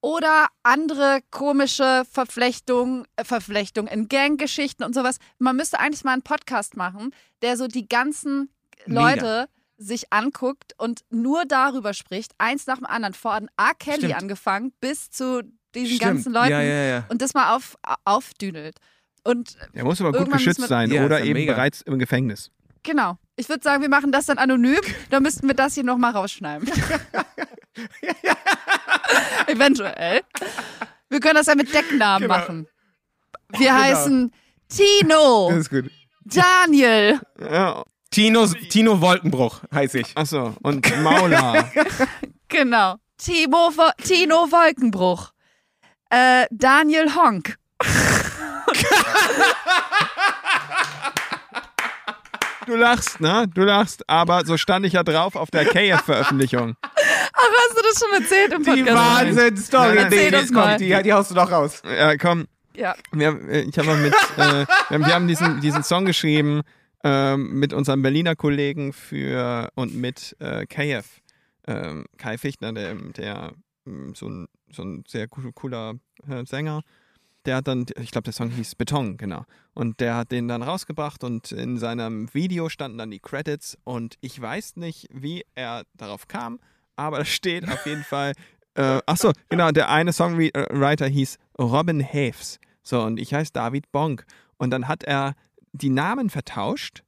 Speaker 2: Oder andere komische Verflechtungen, äh, Verflechtungen in Ganggeschichten und sowas. Man müsste eigentlich mal einen Podcast machen, der so die ganzen
Speaker 3: Mega.
Speaker 2: Leute sich anguckt und nur darüber spricht, eins nach dem anderen, von A. Kelly
Speaker 3: Stimmt.
Speaker 2: angefangen bis zu diesen
Speaker 3: Stimmt.
Speaker 2: ganzen Leuten
Speaker 3: Ja, ja, ja.
Speaker 2: und das mal auf, aufdüdelt. Und
Speaker 1: Der muss aber gut
Speaker 2: Irgendwann
Speaker 1: geschützt
Speaker 2: müssen wir-
Speaker 1: sein
Speaker 3: Ja, ist
Speaker 1: oder
Speaker 3: ja
Speaker 1: eben
Speaker 3: mega.
Speaker 1: bereits im Gefängnis.
Speaker 2: Genau. Ich würde sagen, wir machen das dann anonym. Dann müssten wir das hier nochmal rausschneiden. Eventuell. Wir können das ja mit Decknamen
Speaker 3: Genau.
Speaker 2: machen. Wir heißen Tino,
Speaker 3: Das ist gut.
Speaker 2: Daniel,
Speaker 1: Ja,
Speaker 3: Tino, Tino Wolkenbruch heiße ich.
Speaker 1: achso, und Maula.
Speaker 2: genau. Timo, Wo- Tino Wolkenbruch, äh, Daniel Honk.
Speaker 1: du lachst, ne? Du lachst, aber so stand ich ja drauf auf der KF-Veröffentlichung.
Speaker 2: Ach, hast du das schon erzählt im
Speaker 3: Die
Speaker 2: Podcast?
Speaker 3: Wahnsinn-Story.
Speaker 1: Nein, nein,
Speaker 2: erzähl uns mal.
Speaker 3: die, die haust du doch raus.
Speaker 1: Ja, komm,
Speaker 2: Ja.
Speaker 1: wir, haben- äh, ich habe mit, äh, wir haben, wir haben diesen, diesen Song geschrieben ähm, mit unserem Berliner Kollegen für und mit äh, KF. Ähm, Kai Fichtner, der, der ähm, so, ein, so ein sehr coo- cooler äh, Sänger, der hat dann, ich glaube, der Song hieß Beton, genau. Und der hat den dann rausgebracht und in seinem Video standen dann die Credits und ich weiß nicht, wie er darauf kam, aber da steht auf jeden Fall, äh, achso, genau, der eine Songwriter hieß Robin Haves. So, und ich heiße David Bonk. Und dann hat er die Namen vertauscht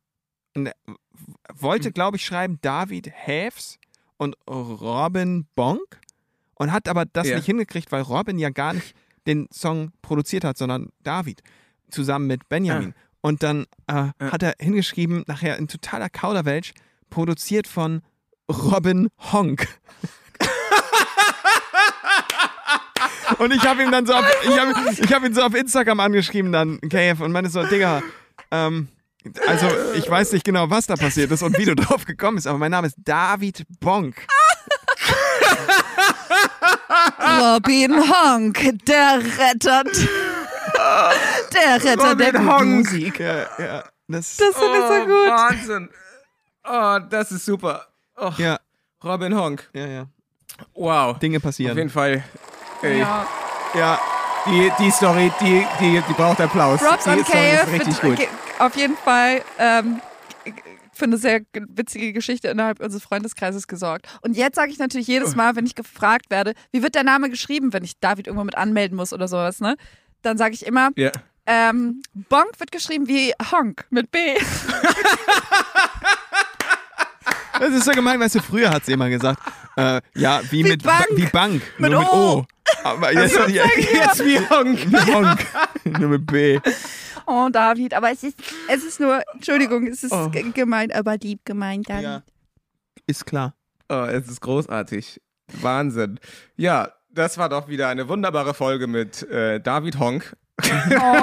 Speaker 1: und er w- wollte, glaube ich, schreiben David Haves und Robin Bonk und hat aber das
Speaker 3: Ja.
Speaker 1: nicht hingekriegt, weil Robin ja gar nicht den Song produziert hat, sondern David zusammen mit Benjamin. Und dann äh, hat er hingeschrieben, nachher in totaler Kauderwelsch, produziert von Robin Honk. und ich habe ihm dann so auf, ich hab, ich hab ihn so auf Instagram angeschrieben dann, KF, und meinte so, Digga, ähm, also ich weiß nicht genau, was da passiert ist und wie du drauf gekommen bist, aber mein Name ist David Bonk.
Speaker 3: Ah.
Speaker 2: Robin Honk, der rettet. Der Retter der
Speaker 3: Robin Honk.
Speaker 1: Ja, ja, das,
Speaker 2: Das finde ich so gut.
Speaker 3: Oh, Wahnsinn. Oh, das ist super. Oh,
Speaker 1: ja,
Speaker 3: Robin Honk.
Speaker 1: ja, ja.
Speaker 3: Wow.
Speaker 1: Dinge
Speaker 3: Auf jeden
Speaker 1: passieren.
Speaker 3: Fall. Ey,
Speaker 2: Ja.
Speaker 3: ja. Die, die Story, die, die, die braucht Applaus.
Speaker 2: Props
Speaker 3: die
Speaker 2: an
Speaker 3: Story
Speaker 2: KF.
Speaker 3: ist richtig gut.
Speaker 2: Ge- Auf jeden Fall ähm, g- für eine sehr g- witzige Geschichte innerhalb unseres Freundeskreises gesorgt. Und jetzt sage ich natürlich
Speaker 3: Oh.
Speaker 2: jedes Mal, wenn ich gefragt werde, wie wird der Name geschrieben, wenn ich David irgendwo mit anmelden muss oder sowas, ne? Dann sage ich immer,
Speaker 3: Ja.
Speaker 2: ähm, Bonk wird geschrieben wie Honk mit B.
Speaker 1: Das ist so gemein, weißt du, früher hat sie immer gesagt, äh, ja, wie, mit
Speaker 2: Bank.
Speaker 1: wie Bank,
Speaker 2: Mit
Speaker 1: nur mit
Speaker 2: O. Also,
Speaker 1: O. Aber jetzt, jetzt,
Speaker 3: Jetzt wie Honk.
Speaker 1: wie Honk, nur mit B.
Speaker 2: Oh, David, aber es ist, es ist nur, Entschuldigung, es ist
Speaker 3: Oh.
Speaker 2: g- gemeint, aber lieb gemeint dann.
Speaker 1: Ja. Ist klar.
Speaker 3: Oh, es ist großartig. Wahnsinn. Ja, das war doch wieder eine wunderbare Folge mit äh, David Honk.
Speaker 2: Oh,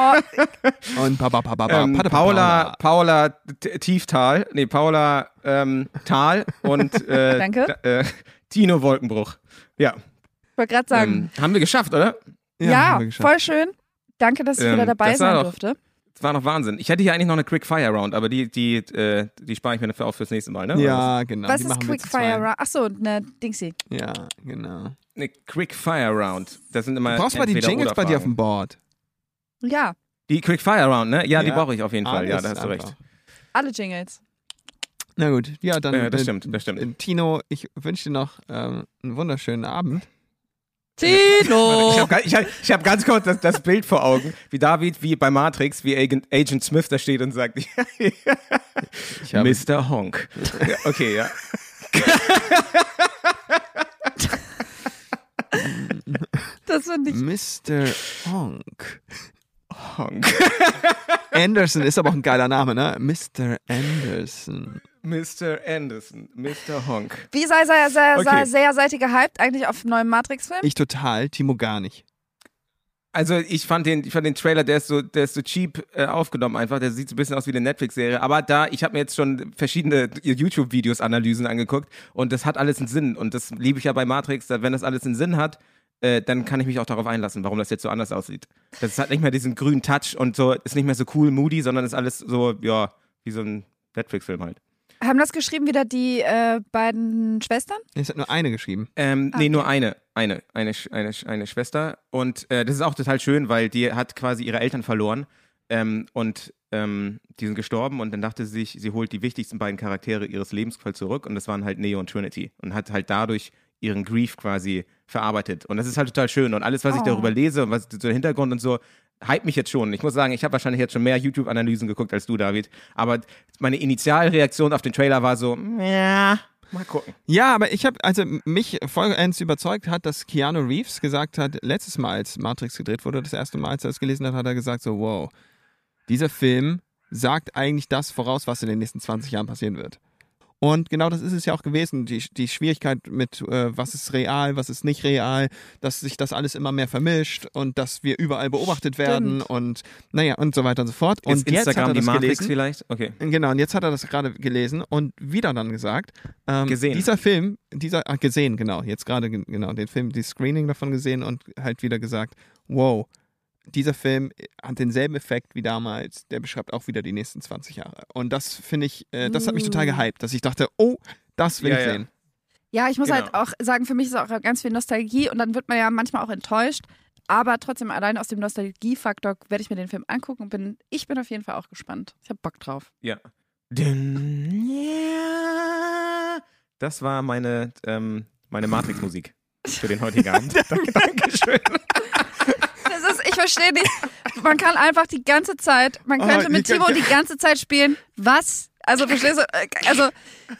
Speaker 1: Und papa, papa, papa,
Speaker 3: Ähm,
Speaker 1: papa,
Speaker 3: Paula, Paula T- Tieftal, nee, Paula ähm, Tal und äh,
Speaker 2: Danke.
Speaker 3: da- äh, Tino Wolkenbruch. Ja,
Speaker 2: Ich wollte gerade
Speaker 3: ähm,
Speaker 2: sagen,
Speaker 3: haben wir geschafft, oder?
Speaker 2: ja,
Speaker 1: haben wir geschafft.
Speaker 2: voll schön. Danke, dass ich
Speaker 3: Ähm,
Speaker 2: wieder dabei
Speaker 3: das war
Speaker 2: sein
Speaker 3: doch-
Speaker 2: durfte.
Speaker 3: Das war noch Wahnsinn. Ich hätte hier eigentlich noch eine Quick-Fire-Round, aber die, die, äh, die spare ich mir dafür auf fürs nächste Mal, ne?
Speaker 1: Ja, genau.
Speaker 2: Was
Speaker 1: die
Speaker 2: ist
Speaker 1: machen wir zu
Speaker 2: Quickfire
Speaker 1: zweit.
Speaker 2: Round? Achso, ne, Dingsy.
Speaker 1: Ja, genau.
Speaker 3: Eine Quick-Fire-Round. Das sind immer
Speaker 1: Du brauchst mal die
Speaker 3: Äh, entweder
Speaker 1: Jingles
Speaker 3: oder
Speaker 1: bei dir auf
Speaker 3: Fragen.
Speaker 1: dem Board.
Speaker 2: Ja,
Speaker 3: Die Quick-Fire-Round, ne? Ja, die
Speaker 1: Ja,
Speaker 3: brauche ich auf jeden Fall. Ja,
Speaker 1: Alles
Speaker 3: da hast du recht.
Speaker 1: einfach.
Speaker 2: alle Jingles.
Speaker 1: Na gut, ja, dann.
Speaker 3: Äh, das
Speaker 1: äh,
Speaker 3: stimmt, das stimmt.
Speaker 1: äh, Tino, ich wünsche dir noch ähm, einen wunderschönen Abend. Oh.
Speaker 3: Ich
Speaker 2: Tino!
Speaker 3: habe ich hab, ich hab ganz kurz das, das Bild vor Augen, wie David, wie bei Matrix, wie Agent, Agent Smith da steht und sagt,
Speaker 1: Ich habe-
Speaker 3: Mr. Honk. Ja, okay, ja.
Speaker 2: Das finde ich.
Speaker 1: Mr. Honk.
Speaker 3: Honk.
Speaker 1: Anderson ist aber auch ein geiler Name, ne? Mr. Anderson.
Speaker 3: Mr. Anderson, Mr. Honk.
Speaker 2: Wie sei, sei, sei, sei,
Speaker 3: Okay.
Speaker 2: sehr seid ihr gehypt eigentlich auf den neuen Matrix-Film?
Speaker 1: Ich total, Timo gar nicht.
Speaker 3: Also ich fand den, ich fand den Trailer, der ist so, der ist so cheap äh, aufgenommen einfach. Der sieht so ein bisschen aus wie eine Netflix-Serie. Aber da, ich habe mir jetzt schon verschiedene YouTube-Videos, Analysen angeguckt und das hat alles einen Sinn. Und das liebe ich ja bei Matrix, dass wenn das alles einen Sinn hat, äh, dann kann ich mich auch darauf einlassen, warum das jetzt so anders aussieht. Das hat nicht mehr diesen grünen Touch und so, ist nicht mehr so cool, moody, sondern ist alles so, ja, wie so ein Netflix-Film halt.
Speaker 2: Haben das geschrieben wieder die äh, beiden Schwestern?
Speaker 1: Es hat nur eine geschrieben.
Speaker 3: Ähm, nee, nur eine. Eine, eine, Sch- eine, Sch- eine Schwester. Und äh, das ist auch total schön, weil die hat quasi ihre Eltern verloren. Ähm, und ähm, die sind gestorben und dann dachte sie sich, sie holt die wichtigsten beiden Charaktere ihres Lebens voll zurück und das waren halt Neo und Trinity und hat halt dadurch ihren Grief quasi verarbeitet. Und das ist halt total schön und alles, was ich
Speaker 2: Oh.
Speaker 3: darüber lese und was so der Hintergrund und so, hype mich jetzt schon. Ich muss sagen, ich habe wahrscheinlich jetzt schon mehr YouTube-Analysen geguckt als du, David. Aber meine Initialreaktion auf den Trailer war so, ja, mal gucken.
Speaker 1: Ja, aber ich habe, also mich vollends überzeugt hat, dass Keanu Reeves gesagt hat, letztes Mal, als Matrix gedreht wurde, das erste Mal, als er es gelesen hat, hat er gesagt so, wow, dieser Film sagt eigentlich das voraus, was in den nächsten 20 Jahren passieren wird. Und genau das ist es ja auch gewesen, die, die Schwierigkeit mit, äh, was ist real, was ist nicht real, dass sich das alles immer mehr vermischt und dass wir überall beobachtet werden und naja und so weiter und so fort.
Speaker 3: Ist
Speaker 1: Und jetzt hat er
Speaker 3: Instagram
Speaker 1: das
Speaker 3: die Matrix
Speaker 1: gelesen.
Speaker 3: vielleicht? Okay.
Speaker 1: Genau, und jetzt hat er das gerade gelesen und wieder dann gesagt. Ähm,
Speaker 3: Gesehen.
Speaker 1: Dieser Film, dieser, ah, gesehen, genau, jetzt gerade ge- genau, den Film, die Screening davon gesehen und halt wieder gesagt, wow, dieser Film äh, hat denselben Effekt wie damals, der beschreibt auch wieder die nächsten 20 Jahre. Und das finde ich, äh, das hat mich total gehypt, dass ich dachte, oh, das will
Speaker 3: Mm. Ja,
Speaker 1: ich
Speaker 3: ja.
Speaker 1: sehen.
Speaker 2: Ja, ich muss
Speaker 3: Genau.
Speaker 2: halt auch sagen, für mich ist auch ganz viel Nostalgie und dann wird man ja manchmal auch enttäuscht. Aber trotzdem, allein aus dem Nostalgiefaktor werde ich mir den Film angucken und bin, ich bin auf jeden Fall auch gespannt. Ich habe Bock drauf.
Speaker 3: Ja. Dün, ja. Das war meine, ähm, meine Matrix-Musik für den heutigen Abend. Danke, Dankeschön.
Speaker 2: Das ist, ich verstehe nicht. Man kann einfach die ganze Zeit, man
Speaker 1: Oh,
Speaker 2: könnte mit
Speaker 1: ich kann-
Speaker 2: Timo die ganze Zeit spielen. Was? Also, verstehst du? Äh, Also,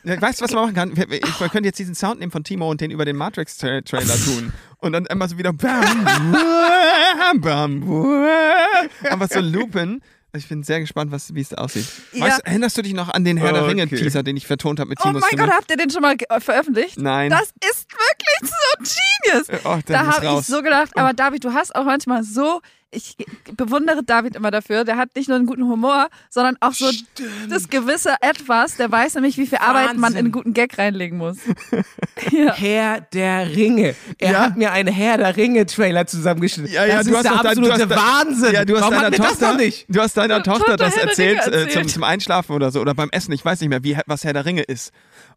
Speaker 1: Ja, Weißt du, was man machen kann? Wir, wir, ich, wir können jetzt diesen Sound nehmen von Timo und den über den Matrix-Trailer tun. Und dann immer so wieder bam, bam, bam, einfach so loopen. Ich bin sehr gespannt, was, wie es aussieht.
Speaker 2: Ja.
Speaker 1: Weißt, du, erinnerst du dich noch an den Herr der
Speaker 3: Okay.
Speaker 1: Ringe-Teaser, den ich vertont habe mit
Speaker 2: oh
Speaker 1: Timos
Speaker 2: mein
Speaker 1: Stimme?
Speaker 2: Gott, habt ihr den schon mal ge- äh, veröffentlicht?
Speaker 1: Nein.
Speaker 2: Das ist wirklich so genius.
Speaker 1: Oh, der
Speaker 2: da
Speaker 1: muss
Speaker 2: habe ich
Speaker 1: raus. Oh.
Speaker 2: so gedacht, aber David, du hast auch manchmal so, ich bewundere David immer dafür, der hat nicht nur einen guten Humor, sondern auch so das gewisse Etwas, der weiß nämlich, wie viel Arbeit man in einen guten Gag reinlegen muss. ja.
Speaker 3: Herr der Ringe. Er
Speaker 1: Ja.
Speaker 3: hat mir einen Herr der Ringe-Trailer zusammengeschnitten.
Speaker 1: Ja, ja,
Speaker 3: das
Speaker 1: du
Speaker 3: ist
Speaker 1: hast
Speaker 3: der
Speaker 1: doch dein- du
Speaker 3: absolute
Speaker 1: hast de-
Speaker 3: Wahnsinn.
Speaker 1: Ja, du hast
Speaker 3: Warum
Speaker 1: deiner
Speaker 3: hat mir das
Speaker 1: Tochter,
Speaker 3: noch nicht?
Speaker 1: Du hast deiner
Speaker 2: Tochter
Speaker 1: Tochter das
Speaker 2: Herr der
Speaker 1: erzählt,
Speaker 2: Ringe
Speaker 1: äh, zum,
Speaker 2: erzählt.
Speaker 1: zum Einschlafen oder so oder beim Essen. Ich weiß nicht mehr, wie, was Herr der Ringe ist.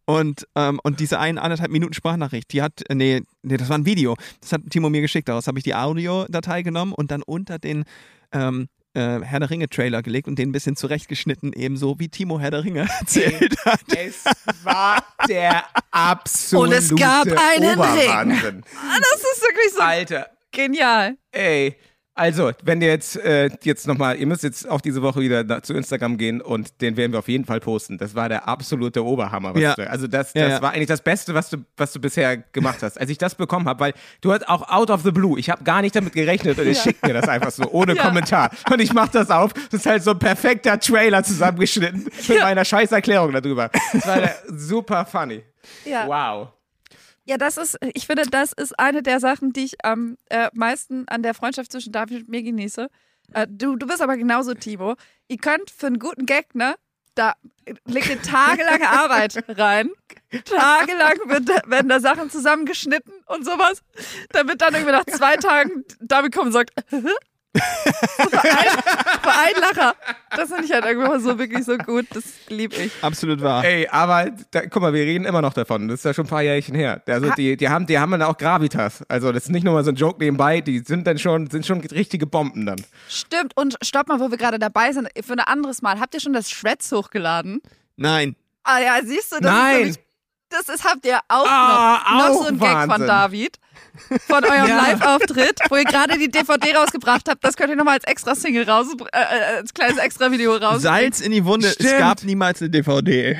Speaker 1: Und, ähm, und diese eine anderthalb Minuten Sprachnachricht, die hat, äh, nee, nee, das war ein Video. Das hat Timo mir geschickt. Daraus habe ich die Audiodatei genommen und dann unter den ähm, äh, Herr der Ringe Trailer gelegt und den ein bisschen zurechtgeschnitten, ebenso wie Timo Herr der Ringe erzählt hat.
Speaker 3: Es war der absolute
Speaker 2: Und es gab einen
Speaker 3: Oberwahnsinn.
Speaker 2: Ah, Das ist wirklich so
Speaker 3: Alter.
Speaker 2: genial.
Speaker 3: Ey, also, wenn ihr jetzt, äh, jetzt nochmal, ihr müsst jetzt auch diese Woche wieder da, zu Instagram gehen und den werden wir auf jeden Fall posten. Das war der absolute Oberhammer. Was
Speaker 1: Ja.
Speaker 3: du, also, das, das
Speaker 1: Ja, ja.
Speaker 3: war eigentlich das Beste, was du, was du bisher gemacht hast. Als ich das bekommen habe, weil du hast auch out of the blue, ich habe gar nicht damit gerechnet und ihr schickt mir das einfach so, ohne
Speaker 2: Ja.
Speaker 3: Kommentar. Und ich mach das auf. Das ist halt so ein perfekter Trailer zusammengeschnitten mit meiner scheiß Erklärung darüber. Das war der, super funny.
Speaker 2: Ja.
Speaker 3: Wow.
Speaker 2: Ja, das ist, ich finde, das ist eine der Sachen, die ich am äh, meisten an der Freundschaft zwischen David und mir genieße. Äh, du, du bist aber genauso, Timo. Ihr könnt für einen guten Gag, ne? Da legt ihr tagelange Arbeit rein. Tagelang wird, da- werden da Sachen zusammengeschnitten und sowas. Damit dann irgendwie nach zwei Tagen David kommt und sagt, so für einen, für einen Lacher. Das finde ich halt irgendwann so wirklich so gut. Das liebe ich.
Speaker 1: Absolut wahr.
Speaker 3: Ey, aber da, guck mal, wir reden immer noch davon. Das ist ja schon ein paar Jährchen her. Also die, die haben, die haben dann auch Gravitas. Also das ist nicht nur mal so ein Joke nebenbei. Die sind dann schon, sind schon richtige Bomben dann.
Speaker 2: Stimmt, und stopp mal, wo wir gerade dabei sind, für ein anderes Mal. Habt ihr schon das Schwätz hochgeladen?
Speaker 1: Nein.
Speaker 2: Ah ja, siehst du, das
Speaker 3: Nein.
Speaker 2: ist nämlich, das ist, habt ihr auch
Speaker 3: Ah,
Speaker 2: noch, noch
Speaker 3: auch
Speaker 2: so ein Gag von
Speaker 3: Wahnsinn.
Speaker 2: David. Von eurem Live-Auftritt, wo ihr gerade die DVD rausgebracht habt, das könnt ihr nochmal als extra Single raus, äh, äh, als kleines extra Video raus.
Speaker 1: Salz in die Wunde. Es
Speaker 3: Stimmt.
Speaker 1: gab niemals eine DVD.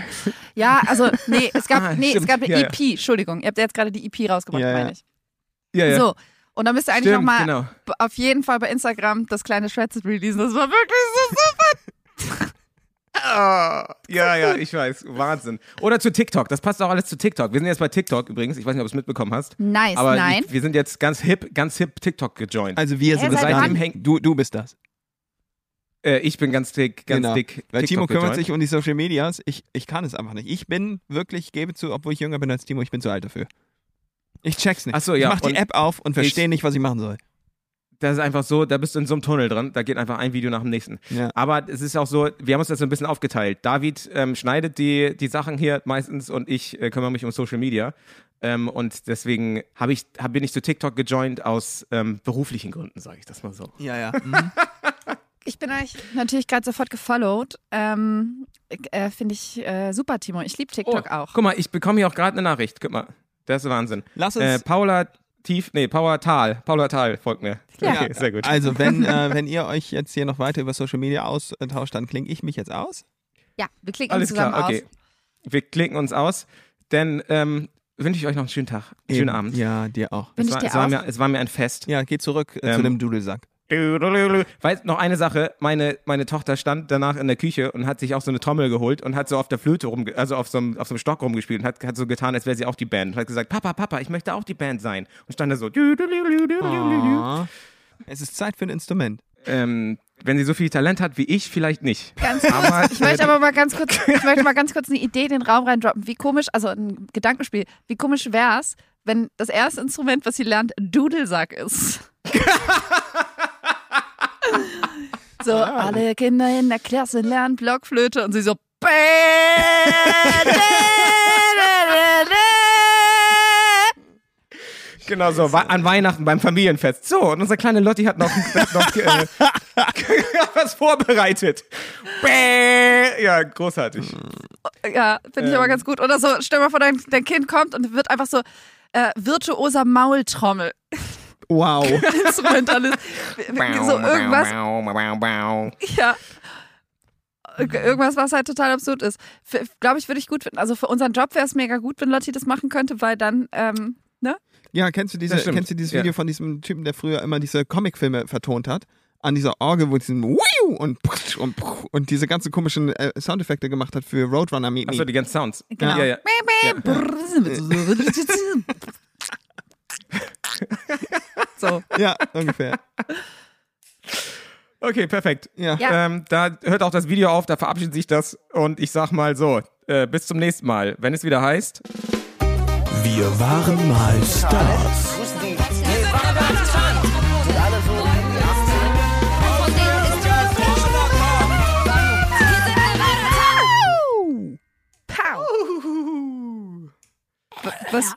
Speaker 2: ja, also, nee, es gab,
Speaker 3: Ah,
Speaker 2: nee, es
Speaker 3: stimmt.
Speaker 2: gab eine
Speaker 3: Ja, ja.
Speaker 2: EP, Entschuldigung, ihr habt ja jetzt gerade die EP rausgebracht,
Speaker 1: Ja, ja.
Speaker 2: meine ich.
Speaker 3: Ja, ja.
Speaker 2: So. Und dann müsst ihr eigentlich
Speaker 3: Stimmt,
Speaker 2: nochmal
Speaker 3: genau.
Speaker 2: auf jeden Fall bei Instagram das kleine Schwätz releasen. Das war wirklich so super.
Speaker 3: Ah, ja, ja, ich weiß. Wahnsinn. Oder zu TikTok. Das passt auch alles zu TikTok. Wir sind jetzt bei TikTok übrigens. Ich weiß nicht, ob du es mitbekommen hast.
Speaker 2: Nice,
Speaker 3: aber
Speaker 2: nein.
Speaker 3: Ich, wir sind jetzt ganz hip, ganz hip TikTok gejoint.
Speaker 1: Also wir
Speaker 2: Hä,
Speaker 1: sind es
Speaker 2: seit
Speaker 1: dann.
Speaker 3: wann?
Speaker 1: Du, du bist das.
Speaker 3: äh, ich bin ganz dick, ganz
Speaker 1: genau.
Speaker 3: dick.
Speaker 1: Weil
Speaker 3: TikTok
Speaker 1: Timo kümmert
Speaker 3: gejoint.
Speaker 1: sich um die Social Medias. Ich, ich kann es einfach nicht. Ich bin wirklich, gebe zu, obwohl ich jünger bin als Timo, ich bin zu alt dafür. Ich check's nicht.
Speaker 3: Ach so, ja,
Speaker 1: Ich mach die
Speaker 3: und
Speaker 1: App auf und verstehe
Speaker 3: ich-
Speaker 1: nicht, was ich machen soll.
Speaker 3: Das ist einfach so, da bist du in so einem Tunnel drin, da geht einfach ein Video nach dem nächsten.
Speaker 1: Ja.
Speaker 3: Aber es ist auch so, wir haben uns das so ein bisschen aufgeteilt. David ähm, schneidet die, die Sachen hier meistens und ich äh, kümmere mich um Social Media. Ähm, und deswegen hab ich, hab, bin ich zu TikTok gejoint aus ähm, beruflichen Gründen, sage ich das mal so.
Speaker 1: Ja, Mhm. ja.
Speaker 2: Ich bin euch natürlich gerade sofort gefollowt. Ähm, äh, Finde ich äh, super, Timo. Ich liebe TikTok auch.
Speaker 3: Guck mal, ich bekomme hier auch gerade eine Nachricht. Guck mal, das ist Wahnsinn.
Speaker 1: Lass
Speaker 3: Äh,
Speaker 1: uns.
Speaker 3: Paula Tief, nee, Paula Tal. Paula Tal folgt mir.
Speaker 2: Ja.
Speaker 3: Okay, sehr gut.
Speaker 1: Also, wenn, äh, wenn ihr euch jetzt hier noch weiter über Social Media austauscht, dann klinge ich mich jetzt aus.
Speaker 2: Ja, wir klicken
Speaker 3: Alles
Speaker 2: zusammen
Speaker 3: klar, okay.
Speaker 2: aus.
Speaker 3: Wir klicken uns aus. Dann ähm, wünsche ich euch noch einen schönen Tag, einen schönen
Speaker 1: Eben.
Speaker 3: Abend.
Speaker 1: Ja, dir auch.
Speaker 2: Bin
Speaker 3: Es
Speaker 2: ich
Speaker 3: war,
Speaker 2: dir
Speaker 3: es, war
Speaker 2: auch?
Speaker 3: mir, es war mir ein Fest.
Speaker 1: Ja, geh zurück äh, zu
Speaker 3: Ähm,
Speaker 1: dem Dudelsack.
Speaker 3: Weißt noch eine Sache, meine, meine Tochter stand danach in der Küche und hat sich auch so eine Trommel geholt und hat so auf der Flöte rum, also auf so einem, auf so einem Stock rumgespielt und hat, hat so getan, als wäre sie auch die Band. Und hat gesagt, Papa, Papa, ich möchte auch die Band sein. Und stand da so.
Speaker 2: Oh.
Speaker 1: Ah. Es ist Zeit für ein Instrument.
Speaker 3: Ähm, wenn sie so viel Talent hat wie ich, vielleicht nicht.
Speaker 2: Ganz kurz.
Speaker 3: Aber-
Speaker 2: ich möchte aber mal ganz kurz, ich möchte mal ganz kurz eine Idee in den Raum reindroppen. Wie komisch, also ein Gedankenspiel, wie komisch wär's, wenn das erste Instrument, was sie lernt, Dudelsack ist. so, alle Kinder in der Klasse lernen Blockflöte und sie so.
Speaker 3: Genau so, wa- an Weihnachten beim Familienfest. So, und unsere kleine Lotti hat noch, hat noch äh, was vorbereitet. Bäh. Ja, großartig.
Speaker 2: Ja, finde ich
Speaker 3: Ähm.
Speaker 2: aber ganz gut. Oder so, stell mal vor, dein, dein Kind kommt und wird einfach so äh, virtuoser Maultrommel.
Speaker 1: Wow.
Speaker 2: Instrumentalist. so irgendwas, ja.
Speaker 3: Mhm.
Speaker 2: Irgendwas, was halt total absurd ist. Glaube ich, würde ich gut finden. Also für unseren Job wäre es mega gut, wenn Lotti das machen könnte, weil dann, ähm, ne?
Speaker 1: Ja, kennst du, diese,
Speaker 3: Das stimmt.
Speaker 1: kennst du dieses
Speaker 3: Ja.
Speaker 1: Video von diesem Typen, der früher immer diese Comicfilme vertont hat? An dieser Orgel, wo diesen Wiu und Putsch und, Puch und diese ganzen komischen äh, Soundeffekte gemacht hat für Roadrunner Meet Me.
Speaker 3: Achso, die ganzen Sounds.
Speaker 2: Genau.
Speaker 3: Ja, ja.
Speaker 2: So.
Speaker 1: ja, ungefähr.
Speaker 3: Okay, perfekt.
Speaker 1: Ja.
Speaker 3: Ähm, da hört auch das Video auf, da verabschiedet sich das und ich sag mal so, äh, bis zum nächsten Mal, wenn es wieder heißt.
Speaker 6: Wir waren mal Stars.
Speaker 4: Von denen ist Jonas Wir sind Nevada Town.
Speaker 2: Pow. Was,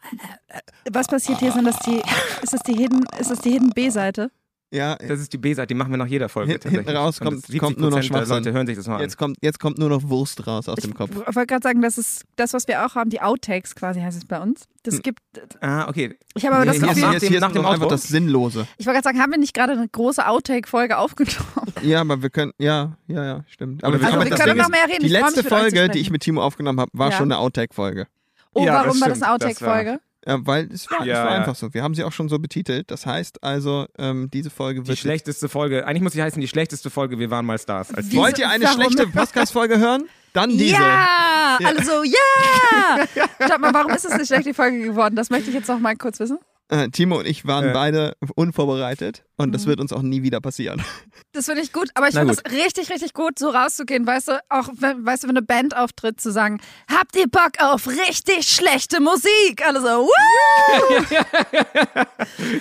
Speaker 2: äh, was passiert hier? Sind das die, ist das die Hidden, ist das die Hidden B-Seite?
Speaker 1: Ja,
Speaker 3: Das ist die B-Seite, die machen wir nach jeder Folge.
Speaker 1: Hin- hinten
Speaker 3: tatsächlich.
Speaker 1: raus
Speaker 3: Und
Speaker 1: kommt-
Speaker 3: 70%
Speaker 1: kommt nur noch
Speaker 3: der
Speaker 1: Schwachsinn.
Speaker 3: Leute hören sich das mal an.
Speaker 1: jetzt kommt, jetzt kommt nur noch Wurst raus aus dem
Speaker 2: Ich
Speaker 1: Kopf.
Speaker 2: wollte gerade sagen, das ist das, was wir auch haben, die Outtakes quasi heißt es bei uns. Das gibt.
Speaker 3: ah, okay.
Speaker 2: Ich habe aber das
Speaker 1: hier ist,
Speaker 2: Gefühl,
Speaker 1: hier
Speaker 3: nach
Speaker 1: ist,
Speaker 3: dem-
Speaker 1: hier ist
Speaker 3: nach dem
Speaker 1: noch einfach
Speaker 3: Outro?
Speaker 1: das Sinnlose.
Speaker 2: ich wollte gerade sagen, haben wir nicht gerade eine große Outtake-Folge aufgenommen? Also,
Speaker 1: Ja, aber wir können, ja, ja, ja, stimmt. Aber
Speaker 3: Oder wir
Speaker 1: aber
Speaker 3: können-
Speaker 1: das
Speaker 3: wir können
Speaker 1: Ding
Speaker 2: noch
Speaker 1: ist,
Speaker 2: mehr reden.
Speaker 1: Die
Speaker 2: Ich freu mich,
Speaker 1: letzte
Speaker 2: mit euch zu
Speaker 1: Folge, die
Speaker 2: sprechen.
Speaker 1: ich mit Timo aufgenommen habe, war
Speaker 2: Ja.
Speaker 1: schon eine Outtake-Folge.
Speaker 2: Oh,
Speaker 3: Ja, das
Speaker 2: warum war das
Speaker 3: stimmt.
Speaker 2: eine Outtake-Folge?
Speaker 1: Ja, Äh, weil es war,
Speaker 3: Ja,
Speaker 1: es war
Speaker 3: ja.
Speaker 1: einfach so. Wir haben sie auch schon so betitelt. Das heißt also, ähm, diese Folge
Speaker 3: Die
Speaker 1: wird.
Speaker 3: schlechteste Folge, eigentlich muss sie heißen, die schlechteste Folge, wir waren mal Stars. Als
Speaker 2: Wie-
Speaker 1: Wollt ihr eine
Speaker 2: Warum?
Speaker 1: schlechte Podcast-Folge hören? Dann diese.
Speaker 2: Ja, also ja. Schaut mal, warum ist es nicht schlecht die Folge geworden? Das möchte ich jetzt noch mal kurz wissen.
Speaker 1: Äh, Timo und ich waren
Speaker 3: Äh.
Speaker 1: beide unvorbereitet und
Speaker 2: Mhm.
Speaker 1: das wird uns auch nie wieder passieren.
Speaker 2: Das finde ich gut, aber ich
Speaker 3: Na
Speaker 2: finde es richtig, richtig gut, so rauszugehen, weißt du, auch wenn, weißt du, wenn eine Band auftritt, zu sagen, habt ihr Bock auf richtig schlechte Musik? Alle so, Woo!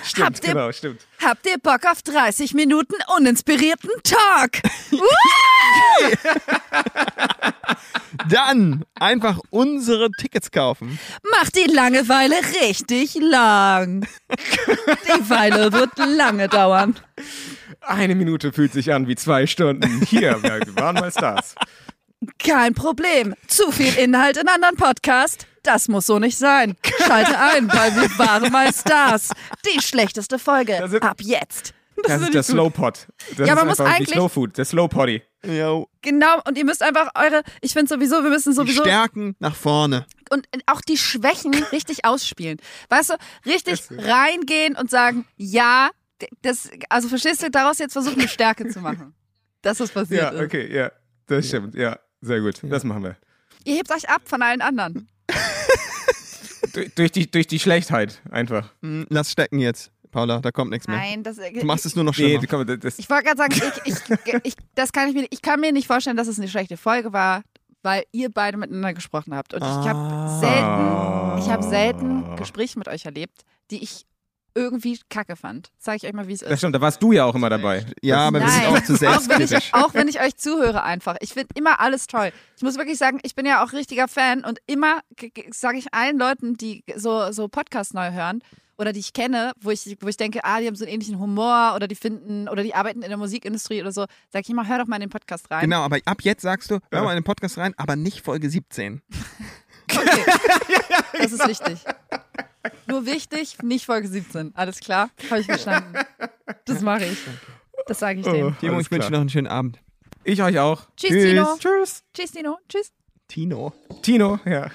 Speaker 3: stimmt,
Speaker 2: habt ihr-
Speaker 3: genau, stimmt.
Speaker 2: habt ihr Bock auf 30 Minuten uninspirierten Talk? Woo!
Speaker 1: Dann einfach unsere Tickets kaufen.
Speaker 2: Macht die Langeweile richtig lang. Die Weile wird lange dauern.
Speaker 3: Eine Minute fühlt sich an wie zwei Stunden. Hier, wir waren mal Stars.
Speaker 2: Kein Problem. Zu viel Inhalt in anderen Podcast? Das muss so nicht sein. Schalte ein, weil wir waren mal Stars. Die schlechteste Folge.
Speaker 3: Das ist-
Speaker 2: Ab jetzt.
Speaker 3: Das, ist der Slow Pot. Das
Speaker 2: Ja,
Speaker 3: ist
Speaker 2: man muss
Speaker 3: einfach
Speaker 2: eigentlich-
Speaker 3: Wie Slow Food, der Slow Potty.
Speaker 1: Jo.
Speaker 2: Genau, und ihr müsst einfach eure, ich finde sowieso, wir müssen
Speaker 1: Die
Speaker 2: sowieso
Speaker 1: Stärken nach vorne.
Speaker 2: und auch die Schwächen richtig ausspielen. Weißt du, richtig reingehen und sagen, ja, d- das, also verstehst du, daraus jetzt versuchen, eine Stärke zu machen. Das ist passiert.
Speaker 3: Ja,
Speaker 2: ist.
Speaker 3: okay, ja. Das stimmt, ja. Sehr gut, das machen wir.
Speaker 2: Ihr hebt euch ab von allen anderen.
Speaker 3: Du- durch, die, durch die Schlechtheit einfach.
Speaker 1: Hm, Lass stecken jetzt, Paula, da kommt nichts mehr.
Speaker 2: Nein, das,
Speaker 1: Du machst es nur noch
Speaker 3: Nee,
Speaker 1: schlimmer.
Speaker 3: komm, das, das,
Speaker 2: Ich wollte gerade sagen, ich, ich, ich, das kann ich mir, ich kann mir nicht vorstellen, dass es eine schlechte Folge war, weil ihr beide miteinander gesprochen habt. Und ich habe selten, ich habe selten Gespräche mit euch erlebt, die ich irgendwie kacke fand. Zeige ich euch mal, wie es
Speaker 3: das
Speaker 2: ist.
Speaker 3: stimmt, da warst du ja auch immer dabei.
Speaker 1: ja, aber wir sind
Speaker 2: Nein.
Speaker 1: auch zu
Speaker 2: Auch wenn,
Speaker 1: selbstkritisch.
Speaker 2: ich, auch wenn ich euch zuhöre einfach. Ich finde immer alles toll. Ich muss wirklich sagen, ich bin ja auch richtiger Fan und immer sage ich allen Leuten, die so, so Podcasts neu hören oder die ich kenne, wo ich, wo ich denke, ah, die haben so einen ähnlichen Humor oder die finden oder die arbeiten in der Musikindustrie oder so, sage ich immer, hör doch mal in den Podcast rein.
Speaker 1: Genau, aber ab jetzt sagst du, hör mal in den Podcast rein, aber nicht Folge 17.
Speaker 2: Das ist wichtig. Nur wichtig, nicht Folge 17. Alles klar, habe ich verstanden. Das mache ich. Das sage ich denen.
Speaker 1: Timo,
Speaker 3: Oh, Alles
Speaker 1: ich wünsche
Speaker 3: klar.
Speaker 1: dir noch einen schönen Abend.
Speaker 3: Ich euch auch.
Speaker 2: Tschüss, Tino.
Speaker 3: Tschüss.
Speaker 2: Tschüss, Nino. Tschüss.
Speaker 1: Tino.
Speaker 3: Tino, ja.